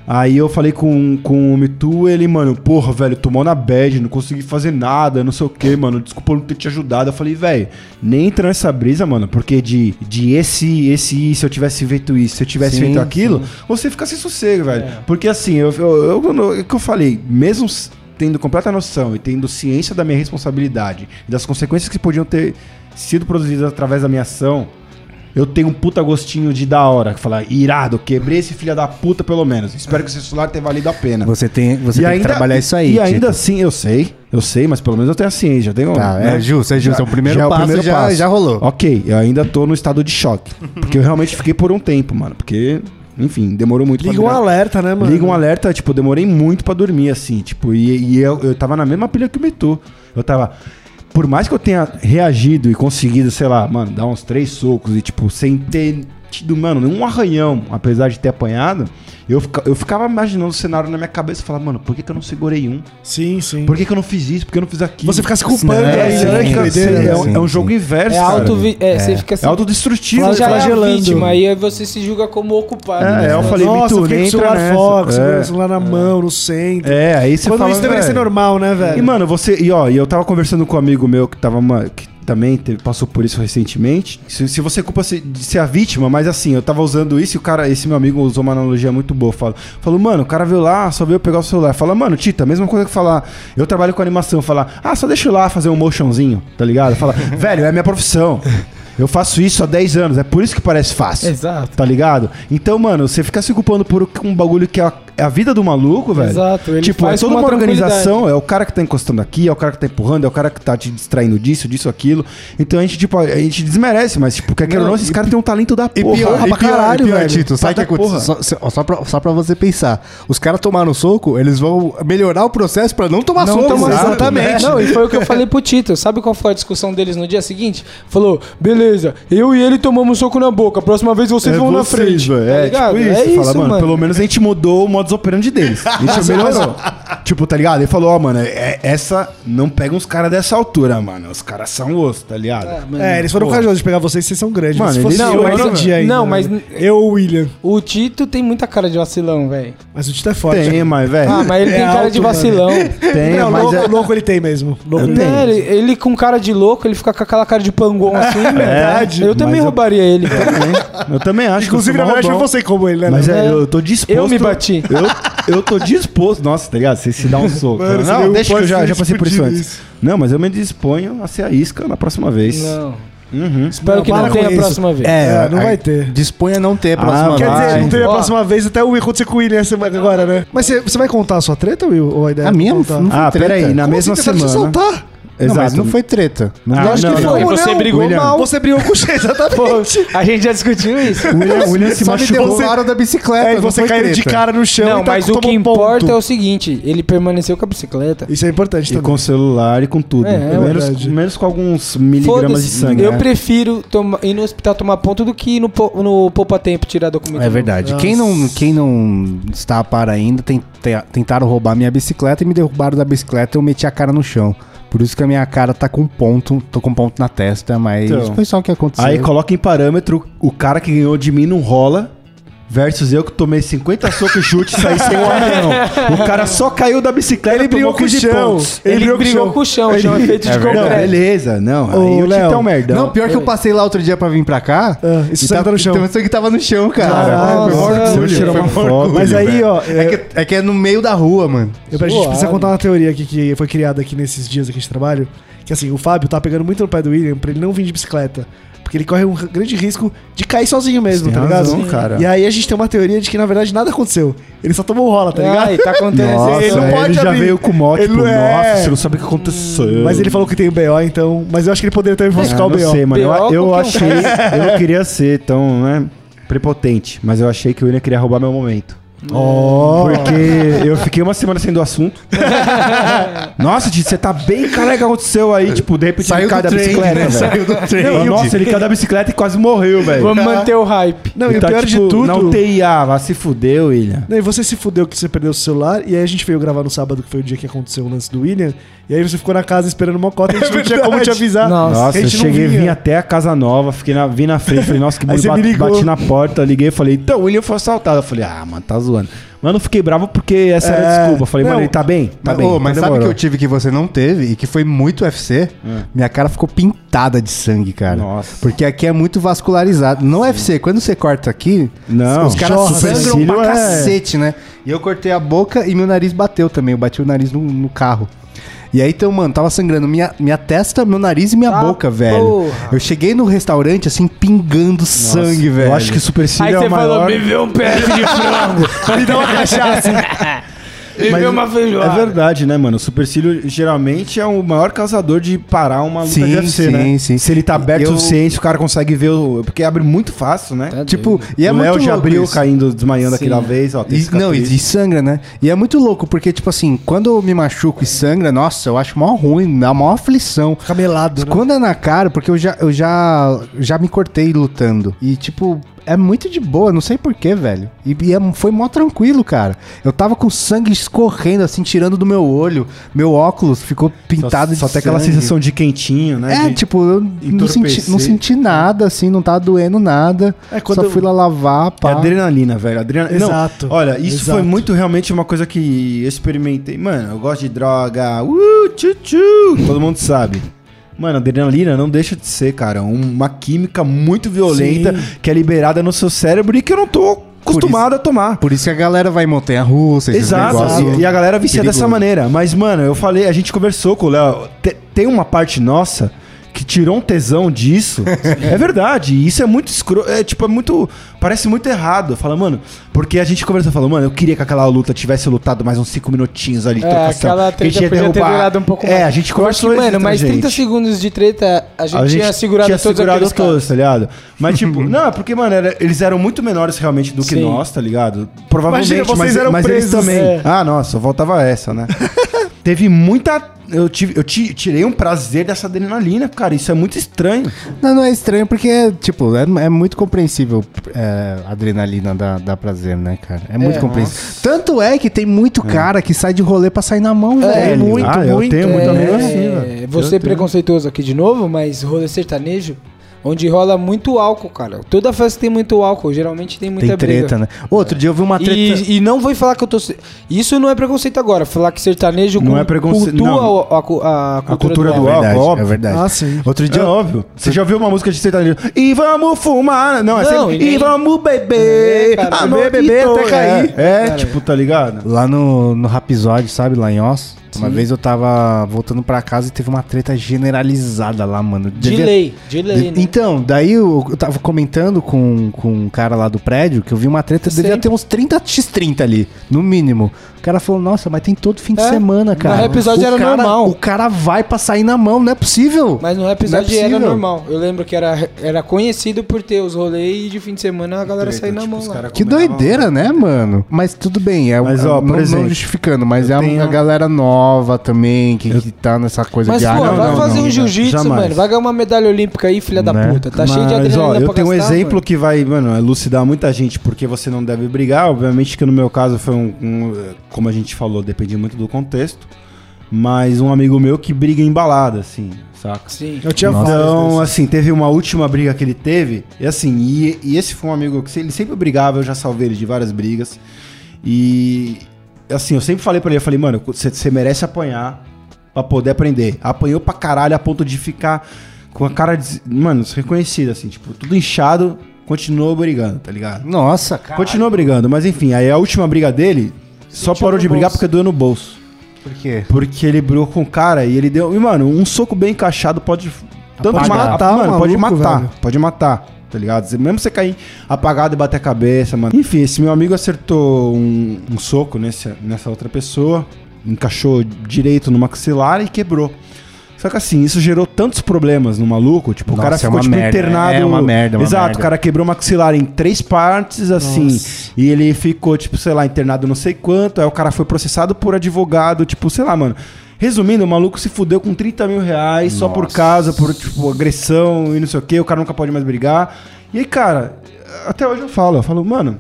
Speaker 4: Aí eu falei com, com o Mitu, ele, mano, porra, velho, tomou na bad, não consegui fazer nada, não sei o que, mano, desculpa não ter te ajudado. Eu falei, velho, nem entra nessa brisa, mano, porque de, de esse, esse, se eu tivesse feito isso, se eu tivesse
Speaker 1: Sim, É.
Speaker 4: feito aquilo, você fica sem sossego, velho. Porque assim, eu, eu, eu, quando- é que eu falei, mesmo s- tendo completa noção e tendo ciência da minha responsabilidade e das consequências que podiam ter sido produzidas através da minha ação, eu tenho um puta gostinho de da hora. Falar, irado, quebrei esse filho da puta pelo menos. Espero que esse celular tenha valido a pena.
Speaker 1: Você tem, você
Speaker 4: E
Speaker 1: tem
Speaker 4: ainda-
Speaker 1: que trabalhar isso aí.
Speaker 4: E
Speaker 1: Tito.
Speaker 4: ainda assim, eu sei, eu sei, mas pelo menos eu tenho a ciência, eu tenho.
Speaker 1: Tá,
Speaker 4: né?
Speaker 1: é justo, é justo. é o primeiro
Speaker 4: já é o
Speaker 1: passo,
Speaker 4: primeiro
Speaker 1: já,
Speaker 4: passo.
Speaker 1: já rolou.
Speaker 4: Ok, eu ainda tô no estado de choque. Porque eu realmente fiquei por um tempo, mano. Porque, enfim, demorou muito
Speaker 3: Liga um
Speaker 4: virar.
Speaker 3: alerta, né, mano?
Speaker 4: Liga um alerta, tipo, eu demorei muito pra dormir, assim, tipo, e, e eu, eu tava na mesma pilha que o Mitu. Eu tava. Por mais que eu tenha reagido e conseguido, sei lá, mano, dar uns três socos e, tipo, sem ter tido, mano, nenhum arranhão, apesar de ter apanhado, eu, fica- eu ficava imaginando o cenário na minha cabeça e falava, mano, por que, que eu não segurei um?
Speaker 3: Sim, sim.
Speaker 4: Por que, que eu não fiz isso? Por que eu não fiz aquilo?
Speaker 3: Você fica se culpando. né?
Speaker 1: Não,
Speaker 4: É,
Speaker 3: aí,
Speaker 1: sim,
Speaker 3: olha que
Speaker 1: sim,
Speaker 3: doideira.
Speaker 1: sim.
Speaker 4: é, um- é um jogo inverso.
Speaker 2: É,
Speaker 4: cara.
Speaker 2: auto é, você fica assim.
Speaker 4: É autodestrutivo,
Speaker 2: você já
Speaker 4: cara.
Speaker 2: é a
Speaker 3: flagelando.
Speaker 2: vítima, aí você se julga como ocupado.
Speaker 4: É,
Speaker 2: né?
Speaker 4: eu falei,
Speaker 3: Nossa,
Speaker 4: Mitu,
Speaker 3: eu fiquei com
Speaker 4: nem
Speaker 3: o
Speaker 4: entra
Speaker 3: celular
Speaker 4: nessa.
Speaker 3: Fox,
Speaker 4: É.
Speaker 3: o celular na mão, no centro.
Speaker 4: É, aí você
Speaker 3: Quando
Speaker 4: fala,
Speaker 3: isso deveria
Speaker 4: velho.
Speaker 3: ser normal, né, velho?
Speaker 4: E, mano, você. E ó, e eu tava conversando com um amigo meu que tava. uma- que também teve- passou por isso recentemente. Se, se você culpa se- de ser a vítima, mas assim, eu tava usando isso e o cara, esse meu amigo usou uma analogia muito boa. Falou, falou mano, o cara veio lá, só veio pegar o celular. Fala, mano, Tita, mesma coisa que falar. Eu trabalho com animação. Falar, ah, só deixa eu lá fazer um motionzinho, tá ligado? Fala, velho, é minha profissão. Eu faço isso há 10 anos, é por isso que parece fácil.
Speaker 2: Exato.
Speaker 4: Tá ligado? Então, mano, você fica se culpando por um bagulho que é, é a vida do maluco, velho.
Speaker 2: Exato, ele
Speaker 4: tipo, é
Speaker 2: faz
Speaker 4: toda
Speaker 2: com
Speaker 4: uma
Speaker 2: uma
Speaker 4: organização, é o cara que tá encostando aqui, é o cara que tá empurrando, é o cara que tá te distraindo disso, disso, aquilo. Então a gente, tipo, a gente desmerece, mas, tipo, quer queira ou não, esses caras têm um talento da porra.
Speaker 1: e
Speaker 4: pra
Speaker 1: pior,
Speaker 4: caralho,
Speaker 1: e pior,
Speaker 4: velho.
Speaker 1: Tito, sabe o que
Speaker 4: Pra
Speaker 1: aconteceu?
Speaker 4: porra.
Speaker 1: Só, só- só, pra, só pra você pensar. Os caras tomaram soco, eles vão melhorar o processo pra não tomar soco.
Speaker 4: tomar soco,
Speaker 1: exatamente.
Speaker 2: Não, e foi o que eu falei pro Tito. Sabe qual foi a discussão deles no dia seguinte? Falou, beleza, eu e ele tomamos um soco na boca. Próxima vez vocês
Speaker 4: É
Speaker 2: vão na
Speaker 4: vocês,
Speaker 2: frente.
Speaker 4: velho.
Speaker 2: tá
Speaker 4: é,
Speaker 2: ligado?
Speaker 4: tipo isso. fala, mano, pelo menos a gente mudou o modus operandi deles. A gente melhorou. tipo, tá ligado? Ele falou, ó, mano, é- essa... Não pega uns caras dessa altura, mano. Os caras são osso, tá ligado?
Speaker 3: É, eles foram corajosos de pegar vocês, vocês são grandes.
Speaker 4: Mano,
Speaker 3: mas se fosse
Speaker 4: eles- não,
Speaker 3: eu, eu
Speaker 4: mas-
Speaker 3: entendia ainda.
Speaker 2: não, mas-
Speaker 3: Eu, o William.
Speaker 2: O Tito tem muita cara de vacilão, velho.
Speaker 3: Mas o Tito é forte.
Speaker 4: Tem, mas, velho.
Speaker 2: Ah, mas ele
Speaker 3: É
Speaker 2: tem cara
Speaker 3: alto,
Speaker 2: de vacilão.
Speaker 4: Tem,
Speaker 3: não,
Speaker 4: mas...
Speaker 3: louco,
Speaker 4: é-
Speaker 3: louco ele tem mesmo. Louco
Speaker 4: Eu
Speaker 3: ele
Speaker 4: tenho.
Speaker 3: tem.
Speaker 2: É, ele, ele com cara de louco, ele fica com aquela cara de pangon assim,
Speaker 4: É verdade,
Speaker 2: velho. Eu também
Speaker 4: mas eu- É.
Speaker 2: roubaria ele. velho.
Speaker 4: Também. né? Eu também acho.
Speaker 3: Inclusive,
Speaker 4: que eu
Speaker 3: na
Speaker 4: sou
Speaker 3: verdade, foi
Speaker 4: marrobão.
Speaker 3: você como ele, né?
Speaker 4: Mas é,
Speaker 2: É.
Speaker 4: eu tô disposto.
Speaker 2: Eu me bati.
Speaker 4: Eu, eu tô disposto. Nossa, tá ligado? Você se dá um soco.
Speaker 3: Mano, você
Speaker 4: não,
Speaker 3: não
Speaker 4: deixa que
Speaker 3: pode
Speaker 4: eu já,
Speaker 3: ser
Speaker 4: já passei por isso
Speaker 3: discutido
Speaker 4: antes. Não, mas eu me disponho a ser a isca na próxima vez.
Speaker 2: Não.
Speaker 4: Uhum.
Speaker 2: Espero que
Speaker 3: para
Speaker 2: não
Speaker 3: com
Speaker 2: tenha a
Speaker 3: isso.
Speaker 2: próxima vez.
Speaker 3: É, não
Speaker 1: a-
Speaker 3: vai ter.
Speaker 1: Disponha não ter a próxima
Speaker 4: Ah,
Speaker 1: vez.
Speaker 3: Quer dizer,
Speaker 4: Vai.
Speaker 3: não teve a
Speaker 2: Ó.
Speaker 3: próxima vez, até o Will aconteceu com o William essa semana agora, né? Mas você- você vai contar a sua treta, Will? Ou a ideia
Speaker 1: A
Speaker 3: é
Speaker 1: minha não
Speaker 3: contar?
Speaker 1: foi não foi
Speaker 4: Ah,
Speaker 1: treta.
Speaker 4: peraí, na mesma
Speaker 2: assim
Speaker 3: assim,
Speaker 1: tentaram te
Speaker 4: semana.
Speaker 1: assaltar? Não,
Speaker 4: Exato.
Speaker 1: mas não foi treta.
Speaker 4: Ah,
Speaker 1: Eu acho
Speaker 4: não,
Speaker 1: que
Speaker 4: não.
Speaker 1: foi.
Speaker 2: Você brigou mal.
Speaker 3: Você brigou com o chefe,
Speaker 2: Pô,
Speaker 3: exatamente.
Speaker 2: a gente já discutiu isso.
Speaker 4: O William, o William se
Speaker 1: Só me
Speaker 4: machucou.
Speaker 1: derrubaram da bicicleta.
Speaker 3: É, e
Speaker 1: não
Speaker 3: você
Speaker 1: foi
Speaker 3: caiu de
Speaker 1: treta.
Speaker 3: cara no chão
Speaker 2: Não,
Speaker 3: e tá-
Speaker 2: mas o
Speaker 3: tomou
Speaker 2: que
Speaker 3: um ponto.
Speaker 2: importa é o seguinte: ele permaneceu com a bicicleta.
Speaker 3: Isso é importante
Speaker 4: E
Speaker 3: também.
Speaker 4: com celular e com tudo.
Speaker 2: É, é
Speaker 4: menos,
Speaker 3: verdade.
Speaker 4: menos com alguns miligramas de
Speaker 2: Foda-se,
Speaker 4: sangue.
Speaker 2: Eu
Speaker 4: né?
Speaker 2: prefiro toma- ir no hospital tomar ponto do que ir no, po- no poupa tempo tirar documento.
Speaker 1: É verdade. Quem não, quem não está a par ainda, tem- tem- tentaram roubar minha bicicleta e me derrubaram da bicicleta e eu meti a cara no chão. Por isso que a minha cara tá com ponto, tô com ponto na testa, mas
Speaker 4: Então.
Speaker 1: foi só o que aconteceu.
Speaker 4: Aí coloca em parâmetro o cara que ganhou de mim não rola. Versus eu que tomei 50 socos e chute e saí sem o anão. O cara só caiu da bicicleta
Speaker 3: Ele
Speaker 4: e brigou
Speaker 3: brigou
Speaker 4: com o
Speaker 3: com o chão.
Speaker 2: Ele, brigou com o chão, o chão é feito de
Speaker 4: Não,
Speaker 2: concreto.
Speaker 4: beleza, não.
Speaker 3: Ô,
Speaker 4: aí o Tito
Speaker 3: Léo,
Speaker 4: é um merdão.
Speaker 1: Não, pior que eu passei lá outro dia pra vir pra cá.
Speaker 3: Ah, e sangue tá no chão.
Speaker 1: Tem sangue que tava no chão, cara.
Speaker 4: Caralho,
Speaker 1: Foi mó
Speaker 2: nossa,
Speaker 1: orgulho,
Speaker 4: eu tirei
Speaker 1: foi
Speaker 4: uma
Speaker 1: mó
Speaker 4: foto,
Speaker 1: orgulho,
Speaker 3: mas aí,
Speaker 4: né?
Speaker 1: velho.
Speaker 3: ó,
Speaker 1: É que, é que é no meio da rua, mano.
Speaker 3: Eu, a gente
Speaker 2: Suave.
Speaker 4: ah.
Speaker 3: precisa contar uma teoria aqui que foi criada aqui nesses dias aqui de trabalho. Que assim, o Fábio tá pegando muito no pé do William pra ele não vir de bicicleta. Porque ele corre um r- grande risco de cair sozinho mesmo,
Speaker 4: Tem
Speaker 3: tá ligado?
Speaker 4: razão, cara.
Speaker 3: E aí a gente tem uma teoria de que na verdade nada aconteceu. Ele só tomou rola, tá ligado?
Speaker 2: Ai, tá acontecendo
Speaker 4: Nossa,
Speaker 2: essa
Speaker 3: Ele não
Speaker 4: ele,
Speaker 2: história.
Speaker 3: pode
Speaker 4: já
Speaker 3: abrir.
Speaker 4: veio com o mote,
Speaker 3: Ele
Speaker 4: tipo,
Speaker 3: não é.
Speaker 4: nossa, você não sabe o que aconteceu.
Speaker 3: Mas ele falou que tem o BO, então. Mas eu acho que ele poderia também
Speaker 4: ah,
Speaker 3: falsificar
Speaker 4: não
Speaker 3: o é BO.
Speaker 4: sei, mano. Eu,
Speaker 2: B.O.
Speaker 4: eu
Speaker 2: qualquer um
Speaker 4: achei, eu não queria ser tão, né, prepotente, mas eu achei que o William queria roubar meu momento. Porque eu fiquei uma semana sem do assunto. Nossa, Tito, você tá bem careca que aconteceu aí, tipo, de repente ele cai da bicicleta, velho.
Speaker 1: né? Saiu do trem.
Speaker 4: Não, nossa, ele caiu da bicicleta e quase morreu, velho.
Speaker 2: Vamos manter o hype.
Speaker 3: Não, e,
Speaker 4: Ele
Speaker 3: o
Speaker 4: tá,
Speaker 3: pior
Speaker 4: tipo,
Speaker 3: de tudo.
Speaker 4: Na UTI, ah, vai se fuder, William.
Speaker 3: Não, e você se fudeu que você perdeu o celular, e aí a gente veio gravar no sábado, que foi o dia que aconteceu o lance do William, e aí você ficou na casa esperando uma cota, a gente não tinha como te avisar.
Speaker 2: Nossa.
Speaker 4: Nossa,
Speaker 3: a
Speaker 4: eu
Speaker 3: gente não
Speaker 4: cheguei,
Speaker 3: vinha.
Speaker 4: vim até a casa nova, fiquei na, vim na frente, falei, nossa, que
Speaker 3: Aí
Speaker 4: bonito.
Speaker 3: você me
Speaker 4: Bati,
Speaker 3: ligou.
Speaker 4: bati na porta, liguei, falei, então, o William foi assaltado. Eu falei, ah, mano, tá zoando. Mas não fiquei bravo porque essa era a
Speaker 3: É,
Speaker 4: desculpa. Eu Falei,
Speaker 3: não,
Speaker 4: mano, ele tá bem? Tá
Speaker 1: Mas,
Speaker 4: bem.
Speaker 1: ô,
Speaker 4: então
Speaker 1: mas sabe o que
Speaker 4: demorou." É.
Speaker 1: eu tive que você não teve e que foi muito UFC? Minha cara ficou pintada de sangue, cara.
Speaker 4: Nossa.
Speaker 1: Porque aqui é muito vascularizado. No UFC, quando você corta aqui,
Speaker 4: Não.
Speaker 1: os caras
Speaker 4: Jorra,
Speaker 1: sangram
Speaker 4: supercílio
Speaker 1: pra
Speaker 4: é-
Speaker 1: cacete, né? E eu cortei a boca e meu nariz bateu também. Eu bati o nariz no, no carro. E aí, então, mano, tava sangrando minha, minha testa, meu nariz e minha
Speaker 4: Tá
Speaker 2: Ah,
Speaker 1: boca, velho.
Speaker 2: porra.
Speaker 1: Eu cheguei no restaurante, assim, pingando
Speaker 4: Nossa,
Speaker 1: sangue, velho.
Speaker 4: Eu acho que o supercílio
Speaker 2: Aí
Speaker 4: é
Speaker 2: você
Speaker 4: o
Speaker 2: falou,
Speaker 4: maior...
Speaker 2: bebeu um pé de frango. Me dá uma cachaça.
Speaker 4: Mas
Speaker 2: Bebeu uma
Speaker 4: É
Speaker 2: feijoada.
Speaker 4: verdade, né, mano? O supercílio geralmente é o maior causador de parar uma luta
Speaker 1: Sim,
Speaker 4: de UFC,
Speaker 1: sim,
Speaker 4: né?
Speaker 1: sim.
Speaker 4: Se ele tá aberto
Speaker 1: Eu-
Speaker 4: o suficiente, o cara consegue ver o... Porque abre muito fácil, né?
Speaker 1: Tipo, e
Speaker 4: E
Speaker 1: é
Speaker 4: o
Speaker 1: muito
Speaker 4: Léo já
Speaker 1: louco
Speaker 4: abriu
Speaker 1: isso.
Speaker 4: caindo, desmaiando aquela vez, ó. Tem
Speaker 1: E- não, e,
Speaker 4: cicatriz.
Speaker 1: e sangra, né? E é muito louco, porque, tipo assim, quando eu me machuco e sangra, nossa, eu acho mó ruim, dá mó aflição.
Speaker 3: Camelado, né?
Speaker 1: Quando é na cara, porque eu já, eu já, já me cortei lutando. E, tipo, é muito de boa, não sei porquê, velho. E, e é- foi mó tranquilo, cara. Eu tava com sangue escorrendo, assim, tirando do meu olho. Meu óculos ficou pintado
Speaker 4: Só,
Speaker 1: de
Speaker 4: só tem aquela
Speaker 1: sangue.
Speaker 4: sensação de quentinho, né?
Speaker 1: É,
Speaker 4: de- né?
Speaker 1: tipo, eu não
Speaker 4: entorpecer.
Speaker 1: senti, não senti nada, assim, não tava doendo nada.
Speaker 3: É, quando
Speaker 1: só
Speaker 3: eu-
Speaker 1: fui lá lavar, pá.
Speaker 4: É adrenalina, velho. Adrenalina. Não,
Speaker 3: Exato.
Speaker 4: olha, isso
Speaker 3: Exato.
Speaker 4: foi muito realmente uma coisa que eu experimentei. Mano, eu gosto de droga. Uh, tchu, tchu. Todo mundo sabe. Mano, adrenalina não deixa de ser, cara, um, uma química muito violenta
Speaker 3: Sim.
Speaker 4: que é liberada no seu cérebro e que eu não tô acostumado a tomar.
Speaker 1: Por isso que a galera vai em montanha russa, esses
Speaker 4: Exato.
Speaker 1: negócios.
Speaker 4: E, e a galera é vicia
Speaker 1: é Perigoso.
Speaker 4: dessa maneira. Mas, mano, eu falei, a gente conversou com o Léo. Te- tem uma parte nossa que que tirou um tesão disso. é verdade. e Isso é muito escro... É tipo, é muito. Parece muito errado. Fala, mano. Porque a gente conversa e fala, mano, eu queria que aquela luta tivesse lutado mais uns 5 minutinhos ali. de
Speaker 2: É,
Speaker 4: trocação,
Speaker 2: aquela
Speaker 4: que a gente
Speaker 2: treta
Speaker 4: ia
Speaker 2: podia ter
Speaker 4: derrubar-
Speaker 2: durado um pouco mais.
Speaker 4: É, a gente
Speaker 2: Eu acho que,
Speaker 4: conversou isso
Speaker 2: mano,
Speaker 4: entre a
Speaker 2: mais 30
Speaker 4: gente.
Speaker 2: segundos de treta, a gente, tinha segurado
Speaker 4: tinha
Speaker 2: todos
Speaker 4: segurado
Speaker 2: aqueles caras.
Speaker 4: todos, tá ligado? Mas, tipo, não, porque, mano, era- eles eram muito menores realmente do que
Speaker 2: Sim.
Speaker 4: nós, tá ligado? Provavelmente,
Speaker 3: Imagina, vocês
Speaker 4: mas,
Speaker 3: eram
Speaker 4: mas
Speaker 3: presos.
Speaker 4: eles também.
Speaker 3: É.
Speaker 4: Ah, nossa, voltava essa, né? Teve muita. Eu, tive, eu ti- tirei um prazer dessa adrenalina, cara. Isso é muito estranho.
Speaker 1: Não, não é estranho porque, tipo, é, é muito compreensível é, a adrenalina dá, dá prazer, né, cara? É muito compreensível. Tanto é que tem muito cara que sai de rolê pra sair na mão, velho.
Speaker 3: muito,
Speaker 4: ah, eu
Speaker 3: muito,
Speaker 4: tenho muito
Speaker 2: É,
Speaker 4: amigo assim, velho.
Speaker 2: vou
Speaker 4: Eu
Speaker 2: ser
Speaker 4: tenho.
Speaker 2: preconceituoso aqui de novo, mas rolê sertanejo, onde rola muito álcool, cara. Toda festa tem muito álcool, geralmente tem muita
Speaker 1: Tem treta,
Speaker 2: briga.
Speaker 1: né? Outro dia eu vi uma treta.
Speaker 2: E, e não vou falar que eu tô. se- Isso não é preconceito agora. Falar que sertanejo
Speaker 4: Não é preconceito,
Speaker 2: cultua
Speaker 4: não.
Speaker 2: o- a, cu- a
Speaker 4: A cultura do
Speaker 1: É
Speaker 4: álcool,
Speaker 1: verdade,
Speaker 4: óbvio.
Speaker 1: é verdade.
Speaker 3: Ah, sim.
Speaker 1: Outro
Speaker 4: É
Speaker 1: dia.
Speaker 4: óbvio. Você já ouviu uma música de sertanejo? E vamos fumar. Não, é
Speaker 2: Não,
Speaker 4: sempre.
Speaker 2: e nem-
Speaker 4: E vamos beber.
Speaker 2: É, cara,
Speaker 4: a
Speaker 3: beber,
Speaker 4: noite
Speaker 3: beber até
Speaker 4: toda.
Speaker 3: cair.
Speaker 4: É, é tipo, tá ligado?
Speaker 1: Lá no, no Rapisódio, sabe? Lá em Oz. Uma vez eu tava voltando pra casa e teve uma treta generalizada lá, mano.
Speaker 2: De
Speaker 1: Devia-
Speaker 2: lei, de lei, né?
Speaker 1: Então, daí eu, eu tava comentando com, com um cara lá do prédio que eu vi uma treta, devia
Speaker 2: Sempre.
Speaker 1: ter uns 30 x30 ali, no mínimo. O cara falou, nossa, mas tem todo fim de
Speaker 2: É,
Speaker 1: semana, cara.
Speaker 2: no episódio
Speaker 1: o
Speaker 2: era
Speaker 1: cara,
Speaker 2: normal.
Speaker 1: O cara vai pra sair na mão, não é possível.
Speaker 2: Mas no episódio
Speaker 1: Não é
Speaker 2: era
Speaker 1: possível.
Speaker 2: normal. Eu lembro que era, era conhecido por ter os rolês e de fim de semana a galera sair
Speaker 4: tipo,
Speaker 2: na mão lá.
Speaker 1: Que doideira, né, mano? Mas tudo bem, é
Speaker 4: Mas, ó,
Speaker 1: é-
Speaker 4: por
Speaker 1: não,
Speaker 4: exemplo,
Speaker 1: não justificando, mas é
Speaker 4: eu
Speaker 1: a
Speaker 4: tenho- um-
Speaker 1: a galera nova também que, que tá nessa coisa
Speaker 2: Mas,
Speaker 1: de
Speaker 2: pô,
Speaker 1: ah, não,
Speaker 2: vai
Speaker 1: não,
Speaker 2: fazer
Speaker 1: não,
Speaker 2: um
Speaker 1: né?
Speaker 2: jiu-jitsu,
Speaker 4: jamais.
Speaker 2: mano. Vai ganhar uma medalha olímpica aí, filha da
Speaker 1: Né?
Speaker 2: puta. Tá cheio de
Speaker 4: Mas,
Speaker 2: adrenalina
Speaker 4: ó,
Speaker 2: pra
Speaker 4: eu tenho um
Speaker 2: gastar,
Speaker 4: exemplo
Speaker 2: mano.
Speaker 4: que vai, mano, elucidar muita gente porque você não deve brigar. Obviamente que no meu caso foi um, um, eh, como a gente falou, depende muito do contexto. Mas um amigo meu que briga em balada, assim, saca?
Speaker 2: Sim.
Speaker 3: Eu tinha vários
Speaker 4: Então,
Speaker 3: desses.
Speaker 4: assim, teve uma última briga que ele teve, e assim, e, e esse foi um amigo que se- ele sempre brigava, eu já salvei ele de várias brigas. E assim, eu sempre falei pra ele, eu falei, mano, você merece apanhar pra poder aprender. Apanhou pra caralho a ponto de ficar com a cara, des- mano, reconhecida, assim, tipo, tudo inchado, continuou brigando, tá ligado?
Speaker 1: Nossa, cara.
Speaker 4: Continuou brigando, mas enfim, aí a última briga dele só parou de brigar porque doeu no bolso.
Speaker 1: Por quê?
Speaker 4: Porque ele brigou com o cara e ele deu. E, mano, um soco bem encaixado pode. Tanto
Speaker 1: Apagar.
Speaker 4: matar, mano. pode
Speaker 3: maluco,
Speaker 4: matar.
Speaker 3: velho.
Speaker 4: Pode matar. Tá ligado? Você- Mesmo você cair apagado e bater a cabeça, mano. Enfim, esse meu amigo acertou um, um soco nesse, nessa outra pessoa, encaixou direito no maxilar e quebrou. Só que assim, isso gerou tantos problemas no maluco, tipo,
Speaker 1: Nossa,
Speaker 4: o cara
Speaker 1: é
Speaker 4: ficou
Speaker 1: uma
Speaker 4: tipo,
Speaker 1: merda.
Speaker 4: internado.
Speaker 1: É uma merda, uma
Speaker 4: Exato,
Speaker 1: merda.
Speaker 4: o cara quebrou o maxilar em três partes, assim.
Speaker 3: Nossa.
Speaker 4: E ele ficou, tipo, sei lá, internado não sei quanto. Aí o cara foi processado por advogado, tipo, sei lá, mano. Resumindo, o maluco se fudeu com 30 mil reais só por causa, por, tipo, agressão e não sei o quê. O cara nunca pode mais brigar. E aí, cara, até hoje eu falo, eu falo, mano,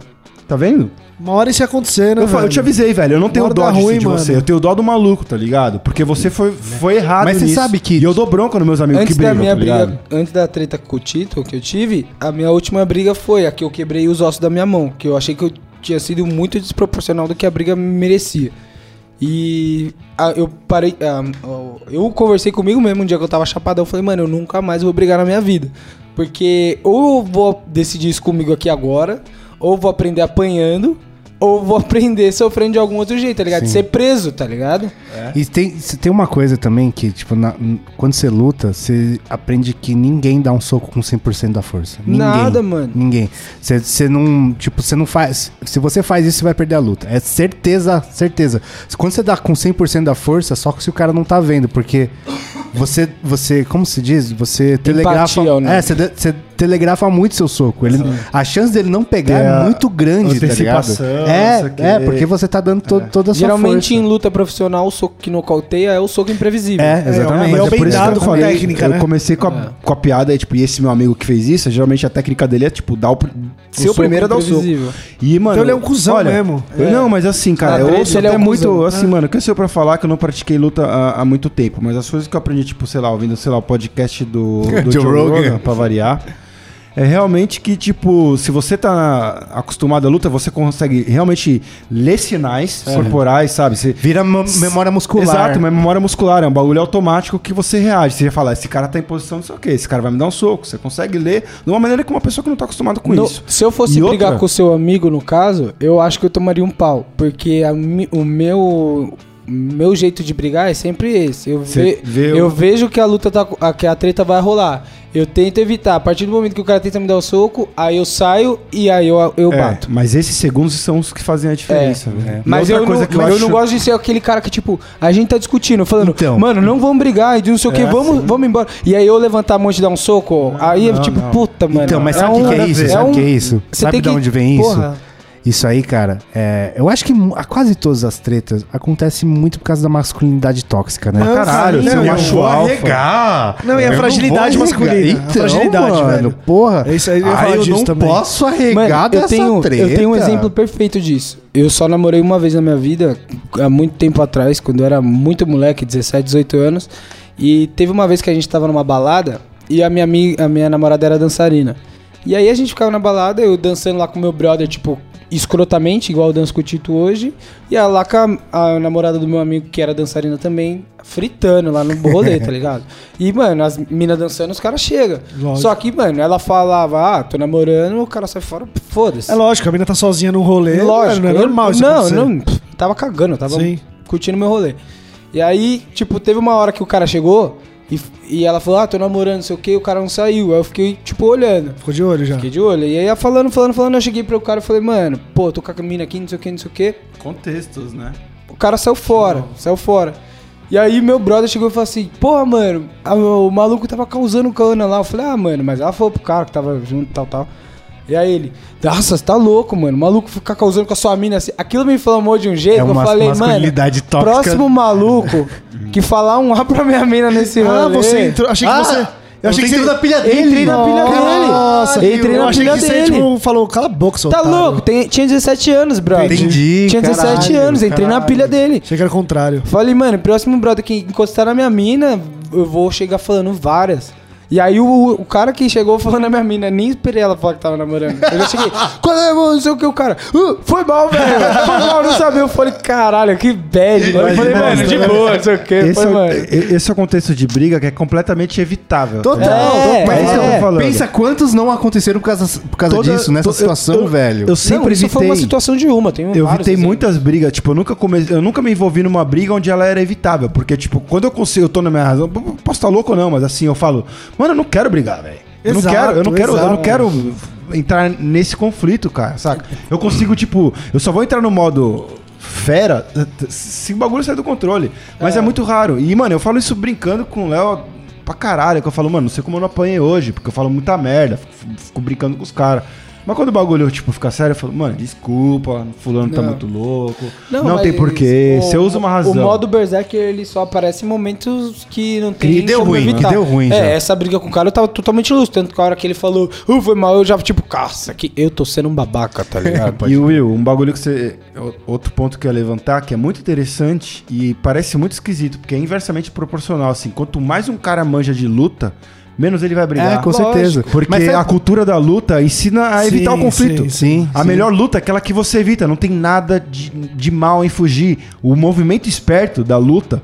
Speaker 4: tá vendo?
Speaker 3: Uma hora isso ia acontecer, né,
Speaker 4: Eu, falo, eu
Speaker 3: velho?
Speaker 4: te avisei, velho, eu não tenho
Speaker 3: Bora
Speaker 4: dó
Speaker 3: dar
Speaker 4: disso
Speaker 3: ruim,
Speaker 4: de
Speaker 3: mano.
Speaker 4: você. Eu tenho dó do maluco, tá ligado? Porque você foi, foi errado
Speaker 1: Mas você
Speaker 4: nisso.
Speaker 1: sabe que-
Speaker 4: E eu dou bronca nos meus amigos
Speaker 2: Antes
Speaker 4: que brigam,
Speaker 2: da minha
Speaker 4: tá ligado?
Speaker 2: briga, antes da treta com o Tito que eu tive, a minha última briga foi a que eu quebrei os ossos da minha mão, que eu achei que eu tinha sido muito desproporcional do que a briga merecia. E ah, eu parei, ah, eu- eu conversei comigo mesmo um dia que eu tava chapadão, eu falei, mano, eu nunca mais vou brigar na minha vida. Porque ou eu vou decidir isso comigo aqui agora, ou vou aprender apanhando, ou vou aprender sofrendo de algum outro jeito, tá ligado? Ser preso, tá ligado?
Speaker 1: E tem, se tem uma coisa também que, tipo, na- n- quando você luta, você aprende que ninguém dá um soco com 100% da força. Ninguém.
Speaker 2: Nada, mano.
Speaker 1: Ninguém. Você- Você não, tipo, você não faz... Se você faz isso, você vai perder a luta. É certeza, certeza. Quando você dá com 100% da força, só que se o cara não tá vendo, porque você, você como se diz? Você telegrafa...
Speaker 2: Empatia, né?
Speaker 1: É, você, de- você telegrafa muito seu soco. Ele, a chance dele não pegar
Speaker 4: Tem a
Speaker 1: é muito grande, tá ligado?
Speaker 4: antecipação, não sei o quê.
Speaker 1: É, é, porque você tá dando to- toda a sua
Speaker 2: Geralmente
Speaker 1: força.
Speaker 2: em luta profissional, o soco que nocauteia é o soco imprevisível.
Speaker 1: É, exatamente.
Speaker 3: é
Speaker 4: Mas
Speaker 3: o bem
Speaker 4: por isso que
Speaker 3: dado
Speaker 4: eu
Speaker 3: com a
Speaker 4: falei,
Speaker 3: técnica,
Speaker 4: Eu
Speaker 3: né?
Speaker 4: comecei com a, com a piada, e, tipo, e esse meu amigo que fez isso, geralmente a técnica dele é, tipo, dar o, pr- ser o
Speaker 2: soco
Speaker 4: primeiro a dar o soco.
Speaker 2: imprevisível.
Speaker 4: E, mano,
Speaker 3: Então ele é um cuzão mesmo.
Speaker 4: eu- Não, mas assim, cara,
Speaker 2: Na
Speaker 4: eu
Speaker 2: treta
Speaker 4: ouço
Speaker 2: ele é
Speaker 4: até
Speaker 2: um
Speaker 4: muito,
Speaker 2: cuzão.
Speaker 4: assim, mano, o que eu sei pra falar que eu não pratiquei luta há, há muito tempo, mas as coisas que eu aprendi, tipo, sei lá, ouvindo, sei lá, o podcast do, do Joe,
Speaker 1: Joe Rogan.
Speaker 4: Rogan, pra variar, é realmente que, tipo, se você tá na- acostumado à luta, você consegue realmente ler sinais corporais, sabe? Você,
Speaker 1: Vira mo- memória muscular.
Speaker 4: Exato, mas memória muscular é um bagulho automático que você reage. Você já fala, esse cara tá em posição não sei o quê, esse cara vai me dar um soco. Você consegue ler de uma maneira que uma pessoa que não tá acostumada com
Speaker 2: No-
Speaker 4: isso.
Speaker 2: Então, Se eu fosse
Speaker 4: E
Speaker 2: brigar
Speaker 4: outra-
Speaker 2: com o seu amigo, no caso, eu acho que eu tomaria um pau. Porque a mi- o meu. meu jeito de brigar é sempre esse. Eu,
Speaker 4: Cê
Speaker 2: ve-
Speaker 4: vê o-
Speaker 2: eu vejo que a luta tá. a- que a treta vai rolar. Eu tento evitar. A partir do momento que o cara tenta me dar o soco, aí eu saio e aí eu, eu
Speaker 4: É,
Speaker 2: bato.
Speaker 4: mas esses segundos são os que fazem a diferença, velho. E
Speaker 2: É. Mas
Speaker 4: outra
Speaker 2: eu, não, eu, não gosto de ser aquele cara que, tipo, a gente tá discutindo, falando,
Speaker 4: Então.
Speaker 2: mano, não vamos brigar, e não sei o que,
Speaker 4: É,
Speaker 2: vamos,
Speaker 4: sim.
Speaker 2: vamos embora. E aí eu levantar a mão e te dar um soco, aí é
Speaker 4: não,
Speaker 2: tipo,
Speaker 4: não.
Speaker 2: puta, mano.
Speaker 1: Então, mas sabe o
Speaker 2: um-
Speaker 1: que, é isso?
Speaker 2: é
Speaker 1: sabe o
Speaker 2: um-
Speaker 1: que é isso?
Speaker 2: Você
Speaker 1: Sabe
Speaker 2: tem
Speaker 1: de
Speaker 2: que-
Speaker 1: onde vem
Speaker 2: Porra.
Speaker 1: isso? Isso aí, cara, é, eu acho que mu- a quase todas as tretas acontece muito por causa da masculinidade tóxica, né?
Speaker 3: Não,
Speaker 4: Caralho,
Speaker 3: Não,
Speaker 4: você é um
Speaker 3: eu
Speaker 4: macho
Speaker 3: vou
Speaker 4: alfa.
Speaker 5: Arregar.
Speaker 3: Não, e a
Speaker 5: Eu
Speaker 3: fragilidade
Speaker 5: vou
Speaker 3: masculina.
Speaker 5: arregar.
Speaker 3: a fragilidade, velho.
Speaker 1: Então, Porra.
Speaker 3: É isso aí, eu ia
Speaker 1: Ah,
Speaker 3: falar
Speaker 1: eu
Speaker 3: disso
Speaker 1: não
Speaker 3: também.
Speaker 1: posso arregar
Speaker 2: Mano, eu
Speaker 1: dessa
Speaker 2: tenho,
Speaker 1: treta.
Speaker 2: eu tenho um exemplo perfeito disso. Eu só namorei uma vez na minha vida, há muito tempo atrás, quando eu era muito moleque, 17, 18 anos. E teve uma vez que a gente tava numa balada e a minha, ami- a minha namorada era dançarina. E aí a gente ficava na balada, eu dançando lá com meu brother, tipo, escrotamente, igual eu danço com o Tito hoje. E ela lá com a, a namorada do meu amigo, que era dançarina também, fritando lá no rolê, tá ligado? E, mano, as minas dançando, os caras chegam. Só que, mano, ela falava, ah, tô namorando, o cara sai fora, pff, foda-se.
Speaker 3: É lógico, a menina tá sozinha num rolê.
Speaker 2: Lógico.
Speaker 3: Não é
Speaker 2: eu-
Speaker 3: normal isso
Speaker 2: Não,
Speaker 3: acontecer.
Speaker 2: não, pff, tava cagando, eu tava
Speaker 3: Sim.
Speaker 2: curtindo meu rolê. E aí, tipo, teve uma hora que o cara chegou e, e ela falou, ah, tô namorando, não sei o que, o cara não saiu. Aí eu fiquei, tipo, olhando.
Speaker 3: Ficou de olho já.
Speaker 2: Fiquei de olho. E aí, falando, falando, falando, eu cheguei pro cara e falei, mano, pô, tô com a mina aqui, não sei o que, não sei o que.
Speaker 5: Contextos, né?
Speaker 2: O cara saiu fora, saiu fora. E aí meu brother chegou e falou assim, porra, mano, a- o maluco tava causando cana lá. Eu falei, ah, mano, mas ela falou pro cara que tava junto, tal, tal. E aí ele, nossa, você tá louco, mano. O maluco ficar causando com a sua mina assim. Aquilo me inflamou de um jeito
Speaker 1: É
Speaker 2: que eu
Speaker 1: uma
Speaker 2: falei, mano.
Speaker 1: masculinidade tóxica.
Speaker 2: Próximo maluco que falar um A pra minha mina nesse
Speaker 3: Ah,
Speaker 2: rolê.
Speaker 3: você entrou. Achei que
Speaker 5: Ah,
Speaker 3: você. Eu achei que você.
Speaker 5: da pilha dele.
Speaker 2: Entrei na pilha dele.
Speaker 3: Nossa,
Speaker 2: Entrei
Speaker 3: eu
Speaker 2: na
Speaker 3: achei
Speaker 2: pilha
Speaker 3: que você
Speaker 2: dele.
Speaker 3: tipo, falou, cala a boca, seu
Speaker 2: Tá
Speaker 3: otário.
Speaker 2: louco, tem- tinha 17 anos, brother.
Speaker 1: Entendi,
Speaker 2: Tinha 17
Speaker 1: caralho,
Speaker 2: anos, entrei na
Speaker 1: caralho.
Speaker 2: pilha dele.
Speaker 3: Achei que era o contrário.
Speaker 2: Falei, mano, próximo brother que encostar na minha mina, eu vou chegar falando várias. E aí o, o cara que chegou falando na minha mina, nem esperei ela falar que tava namorando. Eu já cheguei, qual é, mano, não sei o que, o cara, "Ah, foi mal, velho, foi mal, não sabia. Eu falei, caralho, que bad, mano. Eu falei, mano, de boa, não sei o que,
Speaker 4: Esse
Speaker 2: foi,
Speaker 4: é, o,
Speaker 2: mano.
Speaker 4: e- esse é o contexto de briga que é completamente evitável. tá
Speaker 1: Total,
Speaker 2: É,
Speaker 1: total.
Speaker 2: é isso que eu tô
Speaker 4: falando.
Speaker 1: Pensa quantos não aconteceram por causa, por causa
Speaker 4: Toda-
Speaker 1: disso, nessa
Speaker 4: to- eu-
Speaker 1: situação,
Speaker 4: eu-
Speaker 1: velho.
Speaker 4: Eu sempre
Speaker 2: não, isso
Speaker 4: evitei.
Speaker 2: foi uma situação de uma, tem
Speaker 4: Eu
Speaker 2: vários,
Speaker 4: evitei
Speaker 2: assim.
Speaker 4: muitas brigas, tipo, eu nunca, come... eu nunca me envolvi numa briga onde ela era evitável. Porque, tipo, quando eu consigo, eu tô na minha razão, p- p- posso estar louco ou não, mas assim, eu falo, mano, eu não quero brigar, velho. Eu não
Speaker 3: Exato,
Speaker 4: quero, eu não quero, eu não
Speaker 3: exato.
Speaker 4: quero entrar nesse conflito, cara, saca? Eu consigo, tipo, eu só vou entrar no modo fera se o bagulho sair do controle. Mas é, muito raro. E, mano, eu falo isso brincando com o Léo pra caralho, que eu falo, mano, não sei como eu não apanhei hoje, porque eu falo muita merda, fico- fico brincando com os caras. Mas quando o bagulho, tipo, fica sério, eu falo, mano, desculpa, fulano tá
Speaker 2: Não.
Speaker 4: muito louco. Não,
Speaker 2: Não,
Speaker 4: tem
Speaker 2: mas
Speaker 4: porquê.
Speaker 2: o-
Speaker 4: Você usa uma razão.
Speaker 2: O modo Berserk, ele só aparece em momentos que não tem
Speaker 1: Que deu
Speaker 2: como
Speaker 1: ruim, que
Speaker 2: evitar.
Speaker 1: deu ruim
Speaker 2: É,
Speaker 1: já.
Speaker 2: essa briga com o cara eu tava totalmente luz. Tanto que a hora que ele falou, uh, foi mal, eu já tipo, caça, que eu tô sendo um babaca, tá ligado?
Speaker 4: E Will, um bagulho que você. o- Outro ponto que eu ia levantar, que é muito interessante e parece muito esquisito, porque é inversamente proporcional. Assim, quanto mais um cara manja de luta, menos ele vai brigar.
Speaker 1: É, com certeza.
Speaker 4: Porque
Speaker 1: Mas sabe- é
Speaker 4: a cultura da luta ensina a
Speaker 3: Sim,
Speaker 4: evitar o conflito.
Speaker 3: sim,
Speaker 1: sim,
Speaker 4: a
Speaker 1: sim.
Speaker 4: melhor luta é aquela que você evita, não tem nada de, de mal em fugir. O movimento esperto da luta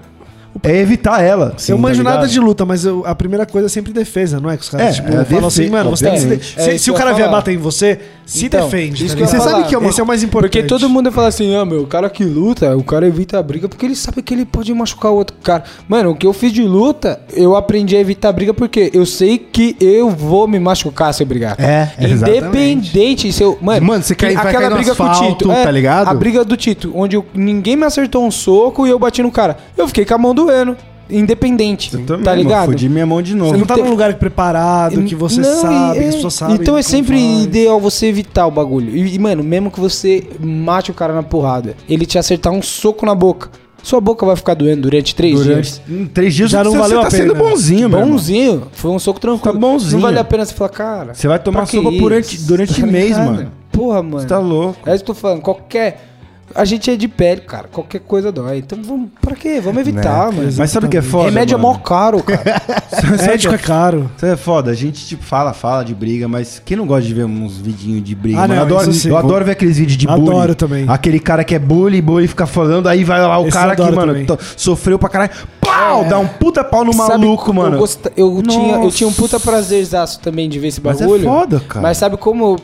Speaker 4: é evitar ela.
Speaker 2: tá
Speaker 3: eu manjo nada
Speaker 4: ligado?
Speaker 3: de luta, mas eu- a primeira coisa é sempre defesa, não é? Que os caras
Speaker 4: É,
Speaker 3: tipo,
Speaker 4: é
Speaker 3: falam assim,
Speaker 4: defe-
Speaker 3: mano, você tem que se, de-
Speaker 4: obviamente.
Speaker 3: se-
Speaker 2: É isso
Speaker 3: se o
Speaker 2: que eu
Speaker 3: cara
Speaker 2: ia
Speaker 3: vier
Speaker 2: falar.
Speaker 3: bater em você, se
Speaker 2: Então,
Speaker 3: defende.
Speaker 2: isso
Speaker 3: tá
Speaker 2: que eu ia
Speaker 3: ligado?
Speaker 2: falar.
Speaker 3: Esse é o mais importante.
Speaker 2: Porque todo mundo fala assim, ah, meu, o cara que luta, o cara evita a briga porque ele sabe que ele pode machucar o outro cara. Mano, o que eu fiz de luta, eu aprendi a evitar a briga porque eu sei que eu vou me machucar se eu brigar.
Speaker 1: É, exatamente.
Speaker 2: Independente se eu... Mano,
Speaker 1: Mano, você cai- vai cair no asfalto, tá ligado?
Speaker 2: é, A briga do Tito, onde eu- ninguém me acertou um soco e eu bati no cara. Eu fiquei com a mão doendo. Independente,
Speaker 4: Eu também,
Speaker 2: tá
Speaker 4: mano,
Speaker 2: ligado?
Speaker 4: Fudi minha mão de
Speaker 3: Você
Speaker 4: novo.
Speaker 3: não tá num lugar preparado, que você
Speaker 2: Não, e
Speaker 3: sabe, que
Speaker 2: é-
Speaker 3: as pessoas sabem.
Speaker 2: Então é
Speaker 3: como
Speaker 2: sempre
Speaker 3: faz.
Speaker 2: ideal você evitar o bagulho. E, e, mano, mesmo que você mate o cara na porrada, ele te acertar um soco na boca, sua boca vai ficar doendo durante três
Speaker 4: Durante
Speaker 2: dias.
Speaker 4: em três dias
Speaker 3: Já não
Speaker 4: você
Speaker 3: valeu
Speaker 4: tá
Speaker 3: a pena.
Speaker 4: sendo bonzinho, meu irmão.
Speaker 2: Bonzinho, foi um soco tranquilo.
Speaker 4: Tá bonzinho.
Speaker 2: Não vale a pena você falar, cara.
Speaker 4: Você vai tomar
Speaker 2: pra que
Speaker 4: sopa
Speaker 2: isso?
Speaker 4: durante- durante
Speaker 2: Tá
Speaker 4: mês,
Speaker 2: ligado?
Speaker 4: mano.
Speaker 2: Porra, mano.
Speaker 4: Você tá louco.
Speaker 2: É isso que eu tô falando, qualquer. A gente é de pele, cara. Qualquer coisa dói. Então vamos. Pra quê? Vamos evitar, mano.
Speaker 4: Mas sabe o que é foda?
Speaker 2: Remédio
Speaker 4: mano?
Speaker 2: é mó caro, cara.
Speaker 3: Médico é caro.
Speaker 4: Isso é foda, a gente tipo, fala, fala de briga, mas quem não gosta de ver uns vidinhos de briga?
Speaker 3: Ah,
Speaker 4: Mano,
Speaker 3: não,
Speaker 4: eu adoro,
Speaker 3: isso sim.
Speaker 4: eu adoro ver aqueles vídeos de bullying.
Speaker 3: Adoro também.
Speaker 4: Aquele cara que é bully, bully fica falando, aí vai lá o
Speaker 3: Esse eu
Speaker 4: cara que,
Speaker 3: adoro
Speaker 4: mano,
Speaker 3: também.
Speaker 4: to- sofreu pra caralho, pau, dá um puta pau no
Speaker 2: É. Sabe,
Speaker 4: maluco, mano.
Speaker 2: Eu, gosta- eu tinha, eu
Speaker 4: Nossa.
Speaker 2: tinha um puta prazerzaço também de ver esse
Speaker 4: Mas é
Speaker 2: bagulho.
Speaker 4: foda, cara.
Speaker 2: Mas sabe como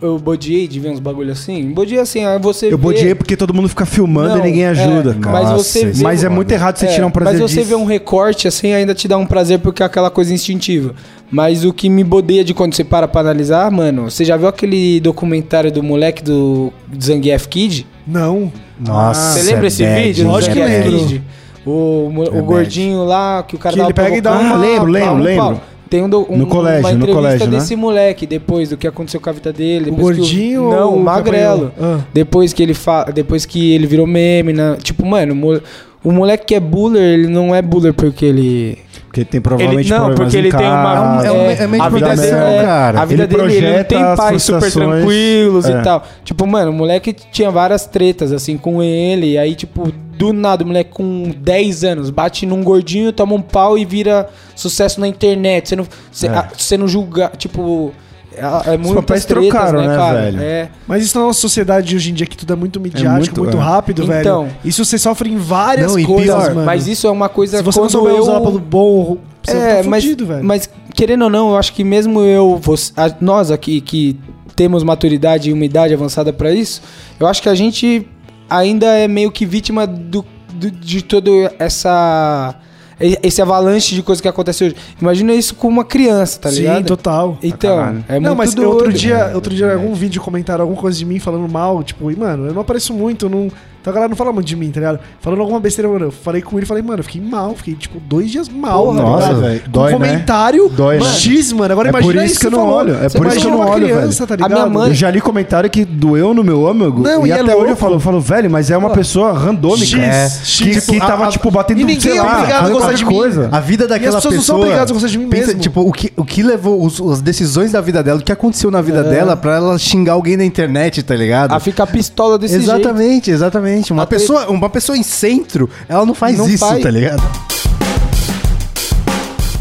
Speaker 2: eu bodiei de ver uns bagulho assim. Bodiei assim, aí você
Speaker 4: Eu
Speaker 2: vê-
Speaker 4: bodiei porque todo mundo fica filmando
Speaker 2: Não,
Speaker 4: e ninguém
Speaker 2: é,
Speaker 4: ajuda, cara.
Speaker 2: mas você vê-
Speaker 4: Mas é muito errado você
Speaker 2: É,
Speaker 4: tirar um prazer
Speaker 2: Mas você
Speaker 4: disso.
Speaker 2: vê um recorte assim, ainda te dá um prazer porque é aquela coisa instintiva. Mas o que me bodeia de quando você para pra analisar, mano, você já viu aquele documentário do moleque do Zangief Kid?
Speaker 3: Não.
Speaker 4: Nossa,
Speaker 2: Você lembra
Speaker 4: é
Speaker 2: esse
Speaker 4: bad, É
Speaker 2: vídeo? do
Speaker 3: Lógico que
Speaker 2: Zangief
Speaker 3: lembro.
Speaker 2: Kid? O, mo- o
Speaker 4: bad.
Speaker 2: gordinho lá, que o cara
Speaker 3: Que
Speaker 2: tava
Speaker 3: ele pega e dá
Speaker 2: provocando.
Speaker 4: uma- Ah, lembro,
Speaker 2: um Pau,
Speaker 4: lembro,
Speaker 2: pau.
Speaker 4: lembro.
Speaker 2: Tem um, do- um,
Speaker 4: No colégio,
Speaker 2: uma
Speaker 4: no
Speaker 2: entrevista
Speaker 4: colégio, né?
Speaker 2: desse moleque, depois do que aconteceu com a vida dele.
Speaker 3: O
Speaker 2: depois que
Speaker 3: gordinho ou
Speaker 2: Não,
Speaker 3: o
Speaker 2: o magrelo.
Speaker 3: capanhão? Ah.
Speaker 2: Depois que ele fala, depois que ele virou meme, né? Tipo, mano, o mo- o moleque que é buller, ele não é buller porque ele
Speaker 4: Porque tem provavelmente
Speaker 2: ele, não,
Speaker 4: problemas
Speaker 2: porque
Speaker 4: em
Speaker 2: ele tem uma.
Speaker 4: casa,
Speaker 1: É um- é um- é
Speaker 2: a
Speaker 1: mente
Speaker 2: vida dele,
Speaker 1: projeção,
Speaker 2: é,
Speaker 4: cara.
Speaker 2: A vida
Speaker 4: Ele
Speaker 2: dele, ele não
Speaker 4: projeta
Speaker 2: tem
Speaker 4: as
Speaker 2: pais super
Speaker 4: frustrações.
Speaker 2: tranquilos
Speaker 4: É.
Speaker 2: e tal. Tipo, mano, o moleque tinha várias tretas, assim, com ele. E aí, tipo, do nada, o moleque com 10 anos bate num gordinho, toma um pau e vira sucesso na internet. Você não, você, a- você não julga. Tipo. É, é muitas
Speaker 4: papéis
Speaker 2: tretas,
Speaker 4: trocaram,
Speaker 2: né,
Speaker 4: né,
Speaker 2: cara?
Speaker 4: velho?
Speaker 2: É.
Speaker 3: Mas isso na nossa sociedade de hoje em dia, que tudo é muito midiático,
Speaker 4: muito,
Speaker 3: muito,
Speaker 4: é.
Speaker 3: rápido,
Speaker 2: Então.
Speaker 3: velho. Isso você sofre em várias
Speaker 4: Não, e
Speaker 3: coisas,
Speaker 4: pior,
Speaker 3: mano.
Speaker 2: Mas isso é uma coisa
Speaker 3: Se você não
Speaker 2: quando
Speaker 3: souber
Speaker 2: eu-
Speaker 3: usar pelo bom, você
Speaker 2: é,
Speaker 3: tá
Speaker 2: mas,
Speaker 3: fudido, velho.
Speaker 2: mas querendo ou não, eu acho que mesmo eu, você- a- nós aqui que temos maturidade e uma idade avançada pra isso, eu acho que a gente ainda é meio que vítima do, do- de todo essa e- esse avalanche de coisa que acontece hoje. Imagina isso com uma criança, tá
Speaker 3: Sim,
Speaker 2: ligado?
Speaker 3: total.
Speaker 2: Então,
Speaker 4: caralho.
Speaker 2: é muito
Speaker 3: não, mas
Speaker 2: doido. É.
Speaker 3: outro dia, outro dia, em algum vídeo comentaram alguma coisa de mim falando mal, tipo, e, mano, eu não apareço muito, eu não. Então a galera não fala muito de mim, tá ligado? Falando alguma besteira, mano, eu falei com ele e falei, mano, eu fiquei mal, fiquei, tipo, dois dias mal,
Speaker 4: Porra,
Speaker 3: tá
Speaker 4: nossa,
Speaker 3: ligado?
Speaker 4: velho,
Speaker 3: Com
Speaker 4: dói, né?
Speaker 3: comentário,
Speaker 4: Dói, né?
Speaker 3: X, mano. Agora
Speaker 4: É por
Speaker 3: imagina
Speaker 4: isso que eu não
Speaker 3: falou.
Speaker 4: olho, é
Speaker 3: Você
Speaker 4: por isso que eu
Speaker 3: imagina
Speaker 4: não
Speaker 3: uma
Speaker 4: olho, velho.
Speaker 3: criança, Tá
Speaker 2: A minha
Speaker 3: ligado?
Speaker 2: mãe-
Speaker 4: Eu já li comentário que doeu no meu âmago.
Speaker 3: Não,
Speaker 4: e,
Speaker 3: e é
Speaker 4: até
Speaker 3: louco.
Speaker 4: hoje eu falo, eu falo, velho, mas é uma pessoa randômica.
Speaker 3: X,
Speaker 4: é,
Speaker 3: X,
Speaker 4: que,
Speaker 3: tipo,
Speaker 4: que
Speaker 3: a-
Speaker 4: tava,
Speaker 3: a-
Speaker 4: tipo, batendo
Speaker 3: e ninguém é obrigado a
Speaker 4: fazendo
Speaker 3: gostar de mim.
Speaker 4: coisa.
Speaker 1: A vida daquela
Speaker 3: pessoas
Speaker 1: pessoa.
Speaker 3: não são obrigadas a gostar de mim mesmo.
Speaker 1: Tipo, o que, o que levou os- as decisões da vida dela, o que aconteceu na vida dela pra ela xingar alguém na internet, tá ligado?
Speaker 2: a fica pistola desse jeito.
Speaker 1: exatamente, exatamente. Uma
Speaker 2: Até-
Speaker 1: pessoa, uma pessoa em centro, ela não faz
Speaker 2: Não
Speaker 1: isso,
Speaker 2: faz.
Speaker 1: tá ligado?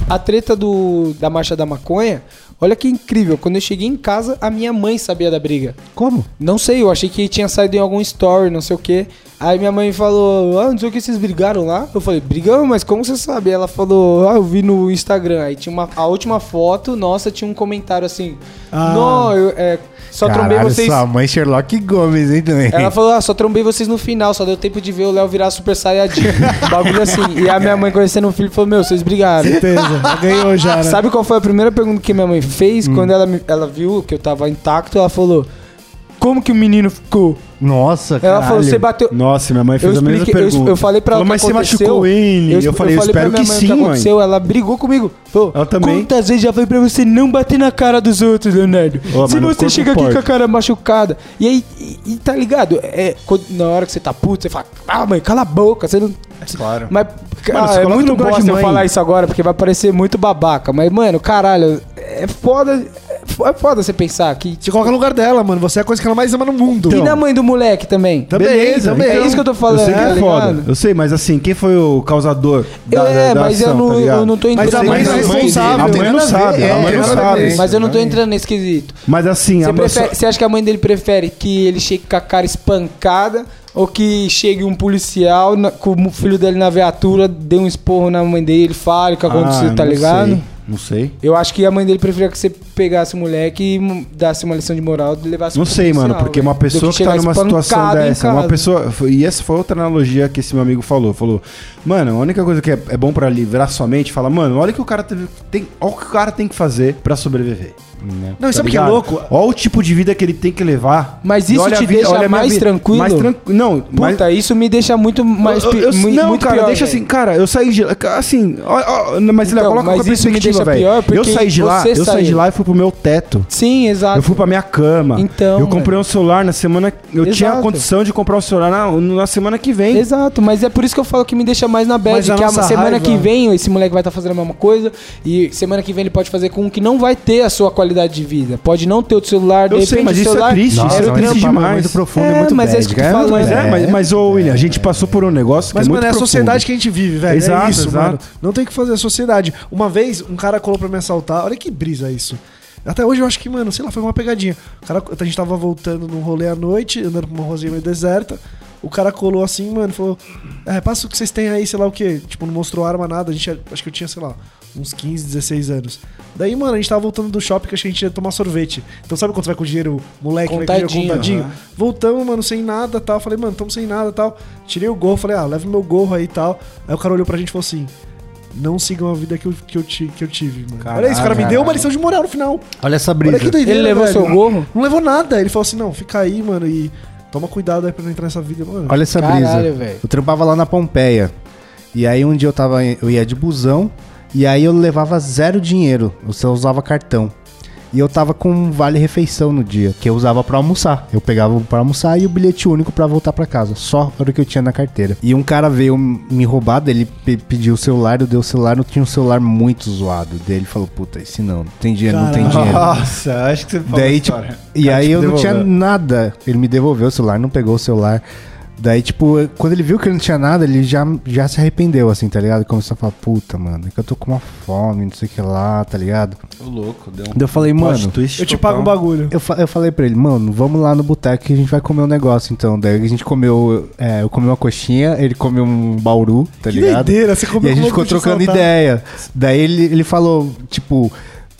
Speaker 2: A treta do, da marcha da maconha, olha que incrível. Quando eu cheguei em casa, a minha mãe sabia da briga.
Speaker 1: Como?
Speaker 2: Não sei, eu achei que tinha saído em algum story, não sei o que. Aí minha mãe falou, ah, não sei o que, vocês brigaram lá? Eu falei, brigamos, mas como você sabe? Ela falou, ah, eu vi no Instagram. Aí tinha uma, a última foto, nossa, tinha um comentário assim,
Speaker 3: Ah.
Speaker 2: não, eu, é, só trombei vocês...
Speaker 1: sua mãe Sherlock Gomes, hein, também.
Speaker 2: Ela falou, ah, só trombei vocês no final, só deu tempo de ver o Léo virar super saiyajin. Bagulho assim. E a minha mãe conhecendo o filho falou, meu, vocês brigaram.
Speaker 3: Certeza, ganhou já, né?
Speaker 2: Sabe qual foi a primeira pergunta que minha mãe fez? Quando ela, me- ela viu que eu tava intacto, ela falou, como que o menino ficou?
Speaker 1: Nossa, cara.
Speaker 2: Ela falou, você é bateu.
Speaker 4: Nossa, minha mãe fez
Speaker 2: eu,
Speaker 4: a mesma
Speaker 2: expliquei- eu-
Speaker 4: pergunta.
Speaker 2: eu falei pra ela.
Speaker 4: Falou,
Speaker 2: o que
Speaker 4: mas você
Speaker 2: aconteceu.
Speaker 4: machucou ele? Eu,
Speaker 2: es-
Speaker 4: falei, eu
Speaker 2: pra
Speaker 4: espero
Speaker 2: minha
Speaker 4: que
Speaker 2: mãe o
Speaker 4: sim, mãe.
Speaker 2: aconteceu, Ela brigou comigo. Falou,
Speaker 4: Ela também.
Speaker 2: Quantas vezes já falei pra você não bater na cara dos outros, Leonardo?
Speaker 4: Ó, mas
Speaker 2: Se
Speaker 4: no
Speaker 2: você
Speaker 4: corpo
Speaker 2: chega aqui
Speaker 4: pode.
Speaker 2: com a cara machucada. E aí, e, e tá ligado? É, quando- na hora que você tá puto, você fala, ah, mãe, cala a boca. Você não.
Speaker 4: Claro.
Speaker 2: Mas, cara,
Speaker 4: você
Speaker 2: é
Speaker 4: coloca
Speaker 2: muito
Speaker 4: no lugar de
Speaker 2: bosta eu
Speaker 4: mãe.
Speaker 2: falar isso agora, porque vai parecer muito babaca. Mas, mano, caralho, é foda. É foda você pensar que.
Speaker 3: Você coloca no lugar dela, mano. Você é a coisa que ela mais ama no mundo.
Speaker 2: E da mãe do moleque também?
Speaker 3: Também, também.
Speaker 2: É isso que eu tô falando,
Speaker 4: Eu sei que
Speaker 2: tá
Speaker 4: é foda.
Speaker 2: ligado?
Speaker 4: Eu sei, mas assim, quem foi o causador da,
Speaker 2: Eu- é,
Speaker 4: da- da
Speaker 2: mas eu
Speaker 4: ação,
Speaker 2: não-
Speaker 4: tá ligado?
Speaker 2: eu não tô
Speaker 3: Mas a
Speaker 2: entrando
Speaker 3: mãe
Speaker 2: nesse
Speaker 3: não é
Speaker 4: a
Speaker 2: quesito.
Speaker 3: responsável.
Speaker 4: A mãe não
Speaker 1: Tem nada a ver,
Speaker 4: sabe,
Speaker 1: é,
Speaker 4: a mãe não
Speaker 1: tem nada a ver.
Speaker 4: sabe.
Speaker 2: Mas eu não tô entrando nesse quesito.
Speaker 4: Mas assim,
Speaker 2: Você,
Speaker 4: a mãe
Speaker 2: prefere- você acha que a mãe dele prefere que ele chegue com a cara espancada ou que chegue um policial na- com o filho dele na viatura, dê um esporro na mãe dele, fale o que aconteceu, tá ligado?
Speaker 4: Ah, Não sei.
Speaker 2: Eu acho que a mãe dele preferia que você pegasse o moleque e hum, dasse uma lição de moral e levasse
Speaker 4: Não
Speaker 2: pro
Speaker 4: sei, mano,
Speaker 2: policial,
Speaker 4: porque
Speaker 2: velho,
Speaker 4: uma
Speaker 2: do que
Speaker 4: pessoa que,
Speaker 2: chegar
Speaker 4: tá numa
Speaker 2: espancado
Speaker 4: situação
Speaker 2: em
Speaker 4: dessa,
Speaker 2: casa.
Speaker 4: uma pessoa. foi- E essa foi outra analogia que esse meu amigo falou. Falou, mano, a única coisa que é, é bom pra livrar sua mente, fala, mano, olha o que o cara teve- tem. Olha o que o cara tem que fazer pra sobreviver.
Speaker 2: Né?
Speaker 4: Tá
Speaker 3: Não, e sabe o que é
Speaker 4: ligado?
Speaker 3: louco?
Speaker 4: Olha o tipo de vida que ele tem que levar.
Speaker 2: Mas
Speaker 4: E
Speaker 2: isso
Speaker 4: olha
Speaker 2: te
Speaker 4: a
Speaker 2: deixa
Speaker 4: olha a minha
Speaker 2: mais tranquilo?
Speaker 4: Mais tranquilo. Não, mas,
Speaker 2: Puta, isso me deixa muito mais.
Speaker 4: eu,
Speaker 2: pi-
Speaker 4: eu-
Speaker 2: mu-
Speaker 4: não,
Speaker 2: muito
Speaker 4: cara,
Speaker 2: pior,
Speaker 4: deixa
Speaker 2: velho.
Speaker 4: assim, cara, eu saí de lá, ca- assim, ó, ó, mas ele
Speaker 2: Então,
Speaker 4: coloca
Speaker 2: mas
Speaker 4: com a
Speaker 2: isso me deixa
Speaker 4: perspectiva, velho.
Speaker 2: pior
Speaker 4: Eu
Speaker 2: porque
Speaker 4: saí de lá,
Speaker 2: você
Speaker 4: eu saí de
Speaker 2: saiu.
Speaker 4: lá e fui pro meu teto.
Speaker 2: Sim, exato.
Speaker 4: Eu fui pra minha cama.
Speaker 2: Então,
Speaker 4: Eu comprei um celular na semana. Eu
Speaker 2: Exato.
Speaker 4: tinha a condição de comprar um celular na, na semana que vem.
Speaker 2: Exato, mas é por isso que eu falo que me deixa mais na bad,
Speaker 3: Mas a
Speaker 2: que a
Speaker 3: nossa
Speaker 2: semana
Speaker 3: raiva-
Speaker 2: que vem esse moleque vai estar fazendo a mesma coisa e semana que vem ele pode fazer com um que não vai ter a sua qualidade de vida. Pode não ter o celular,
Speaker 4: Eu
Speaker 2: de
Speaker 4: sei,
Speaker 2: repente
Speaker 4: mas
Speaker 2: o
Speaker 4: isso
Speaker 2: celular
Speaker 4: é triste.
Speaker 1: Nossa,
Speaker 4: isso
Speaker 1: mas
Speaker 4: é triste
Speaker 1: esse papo é
Speaker 4: demais.
Speaker 1: muito profundo e
Speaker 2: É,
Speaker 1: muito
Speaker 2: mas é
Speaker 1: bad,
Speaker 2: isso que eu
Speaker 1: cara.
Speaker 2: falo,
Speaker 1: muito
Speaker 4: Mas, é,
Speaker 1: bad.
Speaker 4: mas, mas ô, William, a gente passou por um negócio que
Speaker 3: Mas,
Speaker 4: é muito
Speaker 3: mano, é a
Speaker 4: profundo.
Speaker 3: sociedade que a gente vive, velho.
Speaker 4: Exato,
Speaker 3: é isso,
Speaker 4: exato.
Speaker 3: mano. Não tem o que fazer é a sociedade. Uma vez, um cara colou pra me assaltar. Olha que brisa isso. Até hoje eu acho que, mano, sei lá, foi uma pegadinha. O cara, a gente tava voltando num rolê à noite, andando pra uma rosinha meio deserta. O cara colou assim, mano, falou: É, passa o que vocês têm aí, sei lá o quê. Tipo, não mostrou arma, nada. A gente, era- acho que eu tinha, sei lá, uns 15, 16 anos. Daí, mano, a gente tava voltando do shopping que acho que a gente ia tomar sorvete. Então, sabe quando você vai com dinheiro, moleque, vai com dinheiro
Speaker 2: Contadinho,
Speaker 3: contadinho?
Speaker 2: aham.
Speaker 3: Voltamos, mano, sem nada tal. Falei, mano, tamo sem nada tal. Tirei o gorro, falei, ah, leva meu gorro aí e tal. Aí o cara olhou pra gente e falou assim. Não sigam a vida que eu, que eu, ti- que eu tive, mano. Olha isso, o cara me
Speaker 4: Caralho.
Speaker 3: deu uma lição de moral no final.
Speaker 4: Olha essa
Speaker 3: Olha que
Speaker 4: brisa.
Speaker 3: doideira,
Speaker 2: Ele levou
Speaker 3: velho.
Speaker 2: seu gorro?
Speaker 3: Não levou nada. Ele falou assim, não, fica aí, mano, e toma cuidado aí pra não entrar nessa vida, mano.
Speaker 1: Olha essa
Speaker 2: Caralho,
Speaker 1: brisa.
Speaker 2: velho.
Speaker 1: Eu trampava lá na Pompeia. E aí um dia eu tava, eu ia de busão e aí eu levava zero dinheiro, eu só usava cartão. E eu tava com um vale refeição no dia, que eu usava pra almoçar. Eu pegava um pra almoçar e o bilhete único pra voltar pra casa, só era o que eu tinha na carteira. E um cara veio me roubar, daí ele pe- pediu o celular, eu dei o celular, eu tinha um celular muito zoado. Daí ele falou: "Puta, esse não, não tem dinheiro, não tem dinheiro".
Speaker 4: Nossa, acho que você falou
Speaker 1: Daí,
Speaker 4: a
Speaker 1: tipo,
Speaker 4: história.
Speaker 1: e
Speaker 4: Cara,
Speaker 1: aí
Speaker 4: te
Speaker 1: eu não tinha
Speaker 4: devolveu.
Speaker 1: nada. Ele me devolveu o celular, não pegou o celular. Daí, tipo, eu- quando ele viu que eu não tinha nada, ele já, já se arrependeu, assim, tá ligado? Começou a falar, puta, mano, é que eu tô com uma fome, não sei o que lá, tá ligado?
Speaker 4: Ô, louco, deu um
Speaker 1: Daí eu falei, mano.
Speaker 4: plot twist
Speaker 3: eu te
Speaker 4: total.
Speaker 3: pago um bagulho.
Speaker 1: Eu, fa- eu falei pra ele, mano, vamos lá no boteco que a gente vai comer um negócio, então. Daí a gente comeu, é, eu comi uma coxinha, ele comeu um bauru, tá
Speaker 3: Que
Speaker 1: ligado?
Speaker 3: doideira, você comeu
Speaker 1: E a gente
Speaker 3: um
Speaker 1: ficou
Speaker 3: bagulho de
Speaker 1: trocando
Speaker 3: saltar.
Speaker 1: ideia. Daí ele, ele falou, tipo,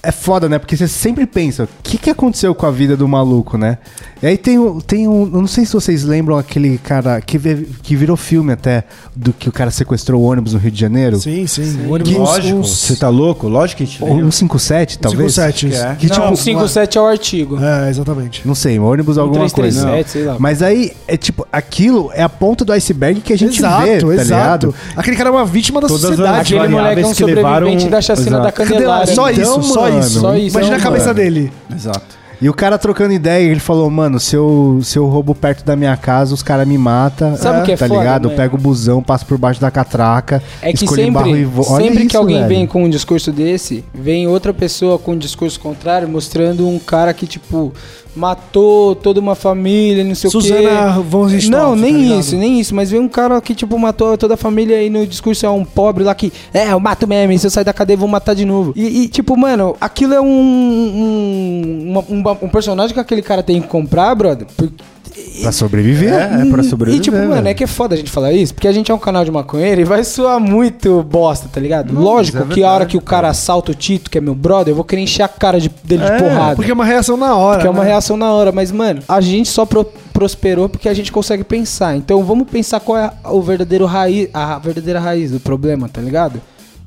Speaker 1: é foda, né? Porque você sempre pensa, o que, que aconteceu com a vida do maluco, né? E aí tem, um- tem um. Eu não sei se vocês lembram aquele cara que, vi- que virou filme até, do que o cara sequestrou o ônibus no Rio de Janeiro.
Speaker 3: Sim, sim.
Speaker 4: Lógico, você tá louco? Lógico que a gente
Speaker 1: Ou
Speaker 4: lembra.
Speaker 1: um 57, talvez?
Speaker 3: 57.
Speaker 4: Que é.
Speaker 1: Que, tipo,
Speaker 2: Não, 57 é o artigo.
Speaker 3: um É, exatamente.
Speaker 1: Não sei, um ônibus alguma coisa.
Speaker 2: 337, sei lá.
Speaker 1: Mas aí, é tipo, aquilo é a ponta do iceberg que a gente vê, tá ligado?
Speaker 3: Aquele cara é uma vítima da
Speaker 4: Todas as
Speaker 3: sociedade.
Speaker 2: Aquele moleque é um
Speaker 4: variáveis que
Speaker 2: sobrevivente
Speaker 4: levaram-
Speaker 2: da chacina
Speaker 4: Exato.
Speaker 2: da Candelária.
Speaker 3: Só
Speaker 1: Então,
Speaker 3: isso, só
Speaker 1: mano,
Speaker 3: isso. é um
Speaker 2: só isso,
Speaker 3: Imagina a cabeça
Speaker 2: mano.
Speaker 3: dele.
Speaker 4: Exato.
Speaker 1: E o cara trocando ideia, ele falou, mano, se eu, se eu roubo perto da minha casa, os caras me matam.
Speaker 2: Sabe o que é
Speaker 1: Tá
Speaker 2: foda,
Speaker 1: ligado?
Speaker 2: né?
Speaker 1: Eu pego o busão, passo por baixo da catraca,
Speaker 2: É que
Speaker 1: escolho barro e
Speaker 2: sempre,
Speaker 1: vou. Olha
Speaker 2: sempre
Speaker 1: isso,
Speaker 2: que alguém
Speaker 1: velho.
Speaker 2: vem com um discurso desse, vem outra pessoa com um discurso contrário, mostrando um cara que, tipo, matou toda uma família, não sei
Speaker 3: Suzana
Speaker 2: o quê.
Speaker 3: von Richthofen,
Speaker 2: Não,
Speaker 3: tá
Speaker 2: nem
Speaker 3: ligado?
Speaker 2: isso, nem isso. Mas vem um cara que, tipo, matou toda a família e no discurso é um pobre lá que, é, eu mato mesmo, e se eu sair da cadeia eu vou matar de novo. E, e, tipo, mano, aquilo é um. Um, uma- um- um personagem que aquele cara tem que comprar, brother. Porque,
Speaker 1: Pra sobreviver.
Speaker 4: É, é pra sobreviver.
Speaker 2: e tipo, mano,
Speaker 4: velho.
Speaker 2: é que é foda a gente falar isso, porque a gente é um canal de maconheiro e vai soar muito bosta, tá ligado? Lógico
Speaker 4: mas é
Speaker 2: que a hora
Speaker 4: verdade,
Speaker 2: que o cara assalta o Tito, que é meu brother, eu vou querer encher a cara de- dele de porrada.
Speaker 3: Porque é uma reação na hora.
Speaker 2: Que é uma
Speaker 3: né?
Speaker 2: reação na hora, mas, mano, a gente só pro- prosperou porque a gente consegue pensar. Então vamos pensar qual é a- o verdadeiro raiz, a verdadeira raiz do problema, tá ligado?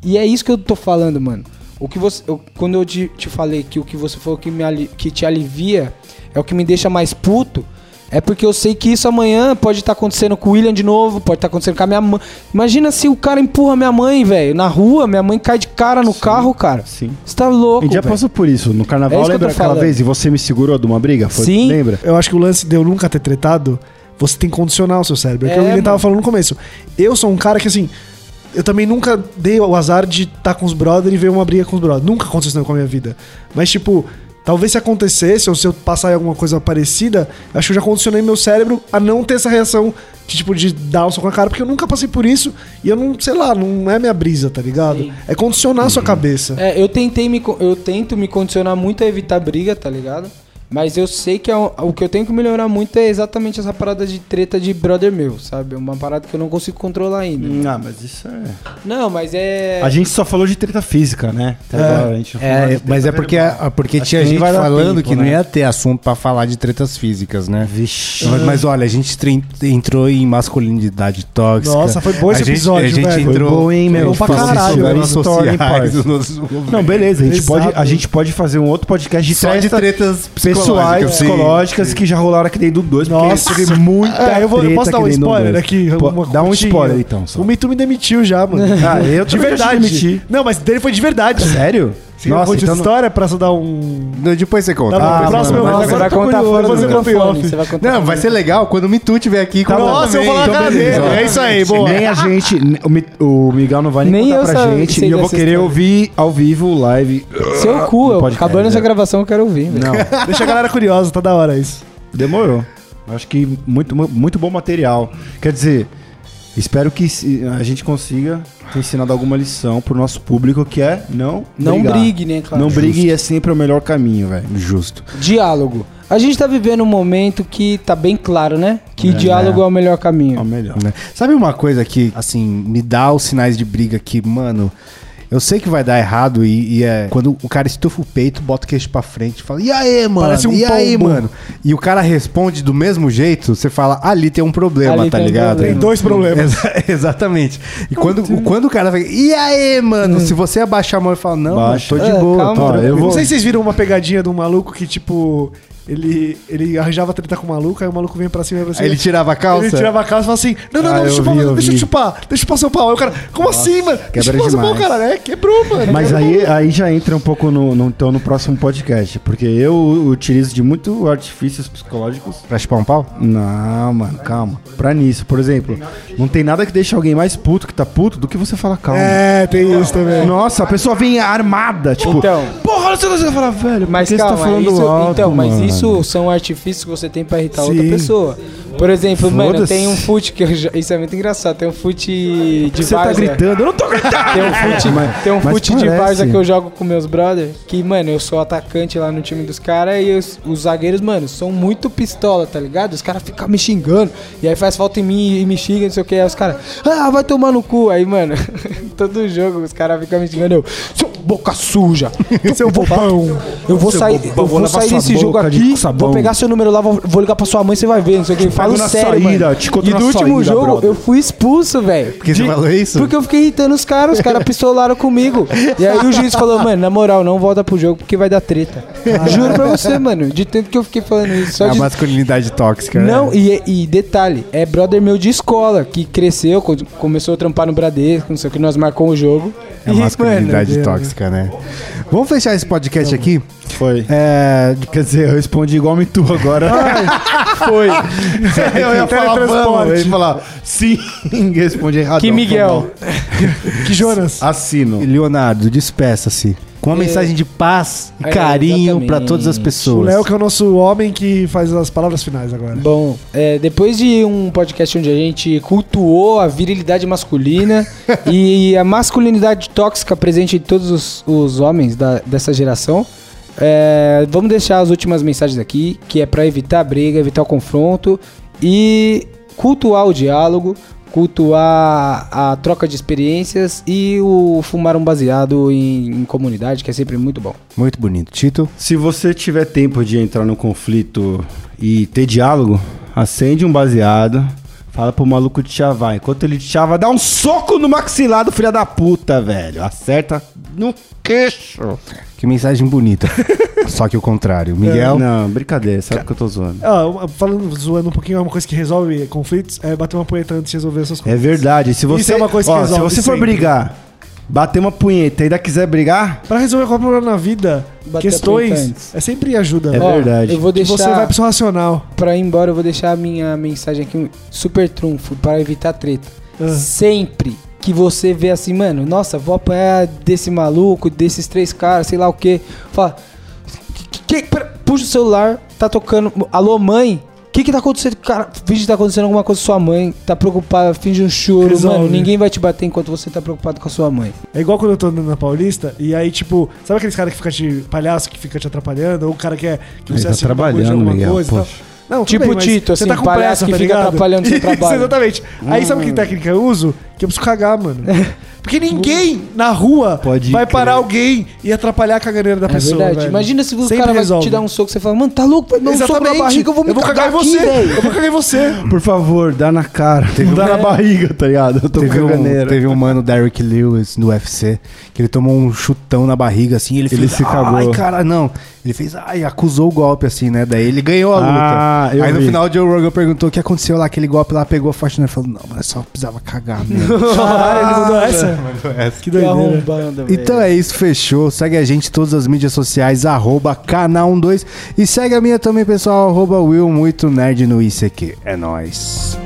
Speaker 2: E é isso que eu tô falando, mano. O que você. eu- quando eu te, te falei que o que você falou que, me ali- que te alivia é o que me deixa mais puto. É porque eu sei que isso amanhã pode estar acontecendo com o William de novo, pode estar acontecendo com a minha mãe. Imagina se o cara empurra minha mãe, velho, na rua, minha mãe cai de cara no carro, cara.
Speaker 4: sim.
Speaker 2: Você tá
Speaker 4: A
Speaker 2: louco,
Speaker 4: gente já
Speaker 2: velho.
Speaker 4: passou por isso. No carnaval,
Speaker 2: É isso que eu
Speaker 4: lembra
Speaker 2: tô
Speaker 4: aquela
Speaker 2: falando.
Speaker 4: vez? E você me segurou de uma briga? Foi-
Speaker 2: Sim.
Speaker 4: Lembra?
Speaker 3: Eu acho que o lance de eu nunca ter tretado, você tem que condicionar o seu cérebro. É o que
Speaker 2: É,
Speaker 3: o William tava
Speaker 2: mano.
Speaker 3: falando no começo. Eu sou um cara que, assim, eu também nunca dei o azar de estar com os brothers e ver uma briga com os brothers. Nunca aconteceu isso na- com a minha vida. Mas, tipo, talvez se acontecesse, ou se eu passar em alguma coisa parecida, eu acho que eu já condicionei meu cérebro a não ter essa reação de, tipo, de dar um soco na cara, porque eu nunca passei por isso e eu não, sei lá, não é minha brisa, tá ligado? É condicionar a sua cabeça.
Speaker 2: É, eu tentei me, con- eu tento me condicionar muito a evitar briga, tá ligado? Mas eu sei que é um- o que eu tenho que melhorar muito é exatamente essa parada de treta de brother meu, sabe? É Uma parada que eu não consigo controlar ainda.
Speaker 4: Ah, mas isso é.
Speaker 2: Não, mas é.
Speaker 4: A gente só falou de treta física, né? Até agora, a gente não falou de
Speaker 1: É,
Speaker 4: treta
Speaker 1: mas é porque,
Speaker 4: verbal.
Speaker 1: é porque
Speaker 4: Acho
Speaker 1: tinha
Speaker 4: que nem
Speaker 1: gente
Speaker 4: vai dar
Speaker 1: falando
Speaker 4: tempo,
Speaker 1: que não
Speaker 4: né?
Speaker 1: ia ter assunto pra falar de tretas físicas, né?
Speaker 4: Vixe.
Speaker 1: Mas, mas olha, a gente trin- entrou em masculinidade tóxica.
Speaker 3: Nossa, foi bom esse
Speaker 1: a gente,
Speaker 3: episódio,
Speaker 1: A gente
Speaker 3: velho.
Speaker 1: entrou
Speaker 4: Foi bom, hein, meu?
Speaker 1: a gente
Speaker 3: Foi
Speaker 1: falou
Speaker 3: pra caralho,
Speaker 1: sobre
Speaker 3: velho.
Speaker 1: redes
Speaker 4: Story
Speaker 1: sociais,
Speaker 4: Park.
Speaker 1: nos-
Speaker 4: Não, beleza. A gente,
Speaker 3: Exato.
Speaker 4: pode, a gente pode fazer um outro podcast de,
Speaker 1: Só de
Speaker 4: treta
Speaker 1: tretas
Speaker 4: pessoais,
Speaker 1: psicológicas, sim.
Speaker 4: psicológicas, que já rolaram aqui dentro do dois. porque
Speaker 3: Nossa.
Speaker 4: teve muita
Speaker 3: É, eu, vou, eu
Speaker 4: Tá treta
Speaker 3: posso dar
Speaker 4: aqui
Speaker 3: um
Speaker 4: dentro do
Speaker 3: spoiler
Speaker 4: dois.
Speaker 3: aqui?
Speaker 4: Po-
Speaker 3: uma
Speaker 4: dá um
Speaker 3: curtinha.
Speaker 4: spoiler, então. Só.
Speaker 3: O Mito me demitiu já, mano.
Speaker 4: Ah, eu
Speaker 3: de
Speaker 4: também já te
Speaker 3: verdade.
Speaker 4: demiti. então
Speaker 3: Não, mas dele foi de verdade.
Speaker 4: Sério?
Speaker 3: Você Nossa, essa história pra só dar um.
Speaker 1: então Não, Depois você conta. Ah, Depois
Speaker 3: Tá bom, o próximo
Speaker 1: você
Speaker 3: eu
Speaker 1: conta.
Speaker 2: Nossa,
Speaker 3: agora
Speaker 2: você vai
Speaker 3: eu tô
Speaker 2: contar
Speaker 3: curioso,
Speaker 2: fora do
Speaker 3: vou fazer um
Speaker 2: microfone.
Speaker 3: off.
Speaker 2: Você vai contar
Speaker 1: Não, vai ser legal quando o Mitu tiver aqui.
Speaker 4: Tá
Speaker 1: conta
Speaker 3: Nossa, eu
Speaker 1: também.
Speaker 3: vou lá na
Speaker 1: Então,
Speaker 3: cara
Speaker 1: beleza.
Speaker 3: dele. É isso aí, boa.
Speaker 4: Nem a gente, o, Mi- o Miguel não vai nem,
Speaker 2: Nem
Speaker 4: contar
Speaker 2: eu
Speaker 4: pra
Speaker 2: sa-
Speaker 4: gente.
Speaker 2: sei
Speaker 4: E eu vou
Speaker 2: dessa
Speaker 4: querer
Speaker 2: história.
Speaker 4: ouvir ao vivo, live.
Speaker 2: Seu cu,
Speaker 4: No
Speaker 2: eu,
Speaker 4: podcast,
Speaker 2: acabando
Speaker 4: né?
Speaker 2: essa gravação eu quero ouvir, velho.
Speaker 4: Não,
Speaker 3: Deixa a galera curiosa, tá da hora isso.
Speaker 4: demorou. Acho que muito, mu- muito bom material. Quer dizer, espero que se- a gente consiga ter ensinado alguma lição pro nosso público, que é não
Speaker 2: Não
Speaker 4: brigar.
Speaker 2: brigue, né, claro.
Speaker 4: Não brigue e é sempre o melhor caminho, velho. Justo.
Speaker 2: Diálogo. A gente tá vivendo um momento que tá bem claro, né? Que diálogo é o melhor
Speaker 4: É o
Speaker 2: caminho.
Speaker 4: melhor.
Speaker 1: né? Sabe uma coisa que, assim, me dá os sinais de briga que, mano, eu sei que vai dar errado e, e é quando o cara estufa o peito, bota o queixo pra frente e fala, e aí, mano?
Speaker 3: Parece um
Speaker 1: e aí,
Speaker 3: pombo."
Speaker 1: mano? E o cara responde do mesmo jeito, você fala, ali tem um problema,
Speaker 2: Ali
Speaker 1: tá
Speaker 2: tem um
Speaker 1: ligado?
Speaker 2: problema.
Speaker 3: Tem dois problemas.
Speaker 1: Exa- exatamente. E quando, quando o cara fala, e aí, mano? Se você abaixar a mão e falar, não,
Speaker 4: Baixa.
Speaker 1: mano, tô de
Speaker 2: É,
Speaker 1: boa.
Speaker 2: calma,
Speaker 1: tô
Speaker 4: Ó, eu
Speaker 1: tranquilo."
Speaker 4: vou-
Speaker 3: Não sei se vocês viram uma pegadinha de um maluco que, tipo, ele, ele arranjava treta com o maluco, aí o maluco vem pra cima e fala assim.
Speaker 1: Aí ele tirava a calça?
Speaker 3: Ele tirava a calça e falava assim: Não, não,
Speaker 4: Ah,
Speaker 3: não, deixa
Speaker 4: eu
Speaker 3: eu, chupar,
Speaker 4: vi, eu
Speaker 3: deixa eu
Speaker 4: vi.
Speaker 3: chupar, deixa eu chupar seu pau. Aí o cara, como assim, mano? Deixa
Speaker 4: quebra
Speaker 3: eu chupar seu pau,
Speaker 4: demais.
Speaker 3: cara. É, quebrou, mano.
Speaker 4: Mas aí, aí já entra um pouco no, no- então, no próximo podcast, porque eu utilizo de muito artifícios psicológicos.
Speaker 1: Pra chupar um pau?
Speaker 4: Não, mano, calma. Pra nisso, por exemplo, não tem nada que deixe alguém mais puto que tá puto do que você falar calma.
Speaker 3: É, tem isso também.
Speaker 4: Nossa, a pessoa vem armada, tipo.
Speaker 2: Então.
Speaker 4: Porra, olha só você fala, velho. por
Speaker 2: Mas
Speaker 4: que
Speaker 2: calma,
Speaker 4: você tá falando
Speaker 2: isso,
Speaker 4: alto,
Speaker 2: então, mas
Speaker 4: mano?
Speaker 2: isso são artifícios que você tem pra irritar outra
Speaker 3: Sim.
Speaker 2: pessoa. Por exemplo, mano,
Speaker 4: Foda-se.
Speaker 2: tem um foot que eu já, isso é muito engraçado, tem um foot de
Speaker 4: Você tá
Speaker 2: várzea.
Speaker 4: gritando, eu não tô gritando.
Speaker 2: Tem um fute,
Speaker 4: Mas-
Speaker 2: tem um
Speaker 4: mas
Speaker 2: fute de
Speaker 4: parece.
Speaker 2: Barça que eu jogo com meus brother, que, mano, eu sou atacante lá no time dos caras e os, os zagueiros, mano, são muito pistola, tá ligado? Os caras ficam me xingando, e aí faz falta em mim e me xinga, não sei o que, aí os caras, ah, vai tomar no cu, aí, mano, todo jogo os caras ficam me xingando, eu, seu boca suja, seu bobão, eu vou
Speaker 4: Seu
Speaker 2: sair,
Speaker 4: bobão,
Speaker 2: eu
Speaker 4: vou
Speaker 2: vou
Speaker 4: lavar
Speaker 2: sair
Speaker 4: sua
Speaker 2: desse jogo
Speaker 4: boca de
Speaker 2: aqui,
Speaker 4: sabão.
Speaker 2: vou pegar seu número lá, vou, vou ligar pra sua mãe, você vai ver, não sei o que, falo
Speaker 4: na
Speaker 2: sério,
Speaker 4: saída,
Speaker 2: mano.
Speaker 4: te conto
Speaker 2: E
Speaker 4: na
Speaker 2: no último
Speaker 4: saída,
Speaker 2: jogo,
Speaker 4: brother.
Speaker 2: eu fui expulso, velho.
Speaker 1: Porque você falou isso?
Speaker 2: Porque eu fiquei irritando os caras, os caras pistolaram comigo. E aí o juiz falou, mano, na moral, não volta pro jogo porque vai dar treta.
Speaker 4: Ah.
Speaker 2: Juro pra você, mano, de tanto que eu fiquei falando isso. Só
Speaker 1: É a
Speaker 2: de...
Speaker 1: masculinidade tóxica. né?
Speaker 4: é.
Speaker 2: Não, e, e detalhe, é brother meu de escola, que cresceu, co- começou a trampar no Bradesco, não sei o que, nós marcamos o jogo.
Speaker 1: É
Speaker 2: E,
Speaker 1: masculinidade
Speaker 2: mano,
Speaker 1: tóxica, né? Vamos fechar esse podcast aqui.
Speaker 4: Foi.
Speaker 1: É,
Speaker 4: Quer dizer, eu respondi igual me tu agora.
Speaker 1: foi. eu ia falar, vamos. Eu ia falar,
Speaker 4: Sim, respondi errado.
Speaker 2: Que Miguel.
Speaker 3: Que Jonas.
Speaker 4: Ah, Assino.
Speaker 1: Leonardo, despeça-se. Com uma
Speaker 2: É.
Speaker 1: mensagem de paz e
Speaker 2: É,
Speaker 1: carinho pra
Speaker 2: exatamente.
Speaker 1: todas as
Speaker 3: O
Speaker 1: pessoas.
Speaker 3: Léo, que é o nosso homem que faz as palavras finais agora.
Speaker 2: Bom, é, depois de um podcast onde a gente cultuou a virilidade masculina e a masculinidade tóxica presente em todos os, os homens da- dessa geração, é, vamos deixar as últimas mensagens aqui, que é para evitar a briga, evitar o confronto e cultuar o diálogo, cultuar a troca de experiências e o fumar um baseado em- em comunidade, que é sempre muito bom.
Speaker 1: Muito bonito. Tito,
Speaker 4: Se você tiver tempo de entrar no conflito e ter diálogo, acende um baseado, fala pro maluco te chavar. Enquanto ele te chava, dá um soco no maxilar do filho da puta, velho. Acerta no queixo.
Speaker 1: que mensagem bonita. Só que o contrário. Miguel,
Speaker 4: Não, brincadeira, sabe que eu tô zoando.
Speaker 3: Ah, uma- falando, zoando um pouquinho, é uma coisa que resolve conflitos é bater uma punheta antes de resolver essas
Speaker 4: É
Speaker 3: coisas.
Speaker 4: verdade. Se você,
Speaker 3: é uma coisa que
Speaker 4: ó, se
Speaker 3: resolve
Speaker 4: você for
Speaker 3: sempre.
Speaker 4: brigar, bater uma punheta e ainda quiser brigar,
Speaker 3: Pra resolver qualquer problema na vida,
Speaker 2: É. Bater a punheta antes.
Speaker 3: questões, é sempre ajuda.
Speaker 4: É
Speaker 3: Ó,
Speaker 4: verdade.
Speaker 2: Eu vou
Speaker 3: que
Speaker 2: deixar...
Speaker 3: Você vai pro seu racional.
Speaker 2: Pra ir embora, eu vou deixar a minha mensagem aqui, um super trunfo, para evitar treta.
Speaker 3: Ah.
Speaker 2: Sempre que você vê assim, mano, nossa, vou apanhar desse maluco, desses três caras, sei lá o quê. Fala, que- que- pera- puxa o celular, tá tocando. Alô, mãe? O que que tá acontecendo? Cara, finge que tá acontecendo alguma coisa com sua mãe, tá preocupada, finge um choro.
Speaker 3: Resolve.
Speaker 2: Mano, ninguém vai te bater enquanto você tá preocupado com a sua mãe.
Speaker 3: É igual quando eu tô andando na Paulista, e aí, tipo, sabe aqueles cara que fica te. palhaço que fica te atrapalhando, ou o cara que é. que
Speaker 4: Ele tá
Speaker 3: assiste um
Speaker 4: trabalhando,
Speaker 3: bagulho de alguma
Speaker 4: Miguel,
Speaker 3: coisa e tal?
Speaker 4: poxa.
Speaker 3: Não, tudo
Speaker 2: Tipo
Speaker 3: bem, mas
Speaker 2: Tito,
Speaker 3: você
Speaker 2: assim,
Speaker 3: com
Speaker 2: palhaço
Speaker 3: pressa,
Speaker 2: que
Speaker 3: tá
Speaker 2: fica
Speaker 3: ligado?
Speaker 2: atrapalhando seu
Speaker 3: Isso,
Speaker 2: trabalho.
Speaker 3: Exatamente. Aí sabe
Speaker 4: Hum.
Speaker 3: que técnica eu uso? Que eu preciso cagar, mano.
Speaker 2: É.
Speaker 3: Porque ninguém na rua
Speaker 4: Pode
Speaker 3: vai
Speaker 4: crer.
Speaker 3: parar alguém e atrapalhar a caganeira da
Speaker 2: É
Speaker 3: pessoa.
Speaker 2: verdade.
Speaker 3: velho.
Speaker 2: Imagina se o
Speaker 3: Sempre
Speaker 2: cara vai
Speaker 3: resolve.
Speaker 2: te dar um soco, você fala, mano, tá louco? Vai me dar um soco na
Speaker 3: Exatamente.
Speaker 2: barriga, eu vou me cagar,
Speaker 3: em
Speaker 2: aqui,
Speaker 3: você.
Speaker 2: velho.
Speaker 3: eu vou cagar em você.
Speaker 4: por favor, dá na cara. Não
Speaker 3: um
Speaker 4: dá na barriga, tá ligado? Eu tô
Speaker 1: teve
Speaker 4: com
Speaker 1: um,
Speaker 4: caganeira.
Speaker 1: teve um mano, Derrick Lewis, no UFC, que ele tomou um chutão na barriga, assim, ele,
Speaker 4: Ele
Speaker 1: fez...
Speaker 4: se cagou.
Speaker 1: Ai, cara, não. Ele fez... Ai, acusou o golpe, assim, né? Daí ele ganhou a luta.
Speaker 4: Ah, eu
Speaker 1: Aí no
Speaker 4: vi.
Speaker 1: final, o Joe Rogan perguntou o que aconteceu lá, aquele golpe lá, pegou a Fortnite e falou, não, mas eu só precisava cagar mesmo.
Speaker 2: Ah,
Speaker 3: Caralho, ele mandou essa. Que doideira.
Speaker 1: Então é isso, fechou. Segue a gente em todas as mídias sociais, arroba canal12. E segue a minha também, pessoal, arroba Will Muito Nerd no ICQ. É nóis.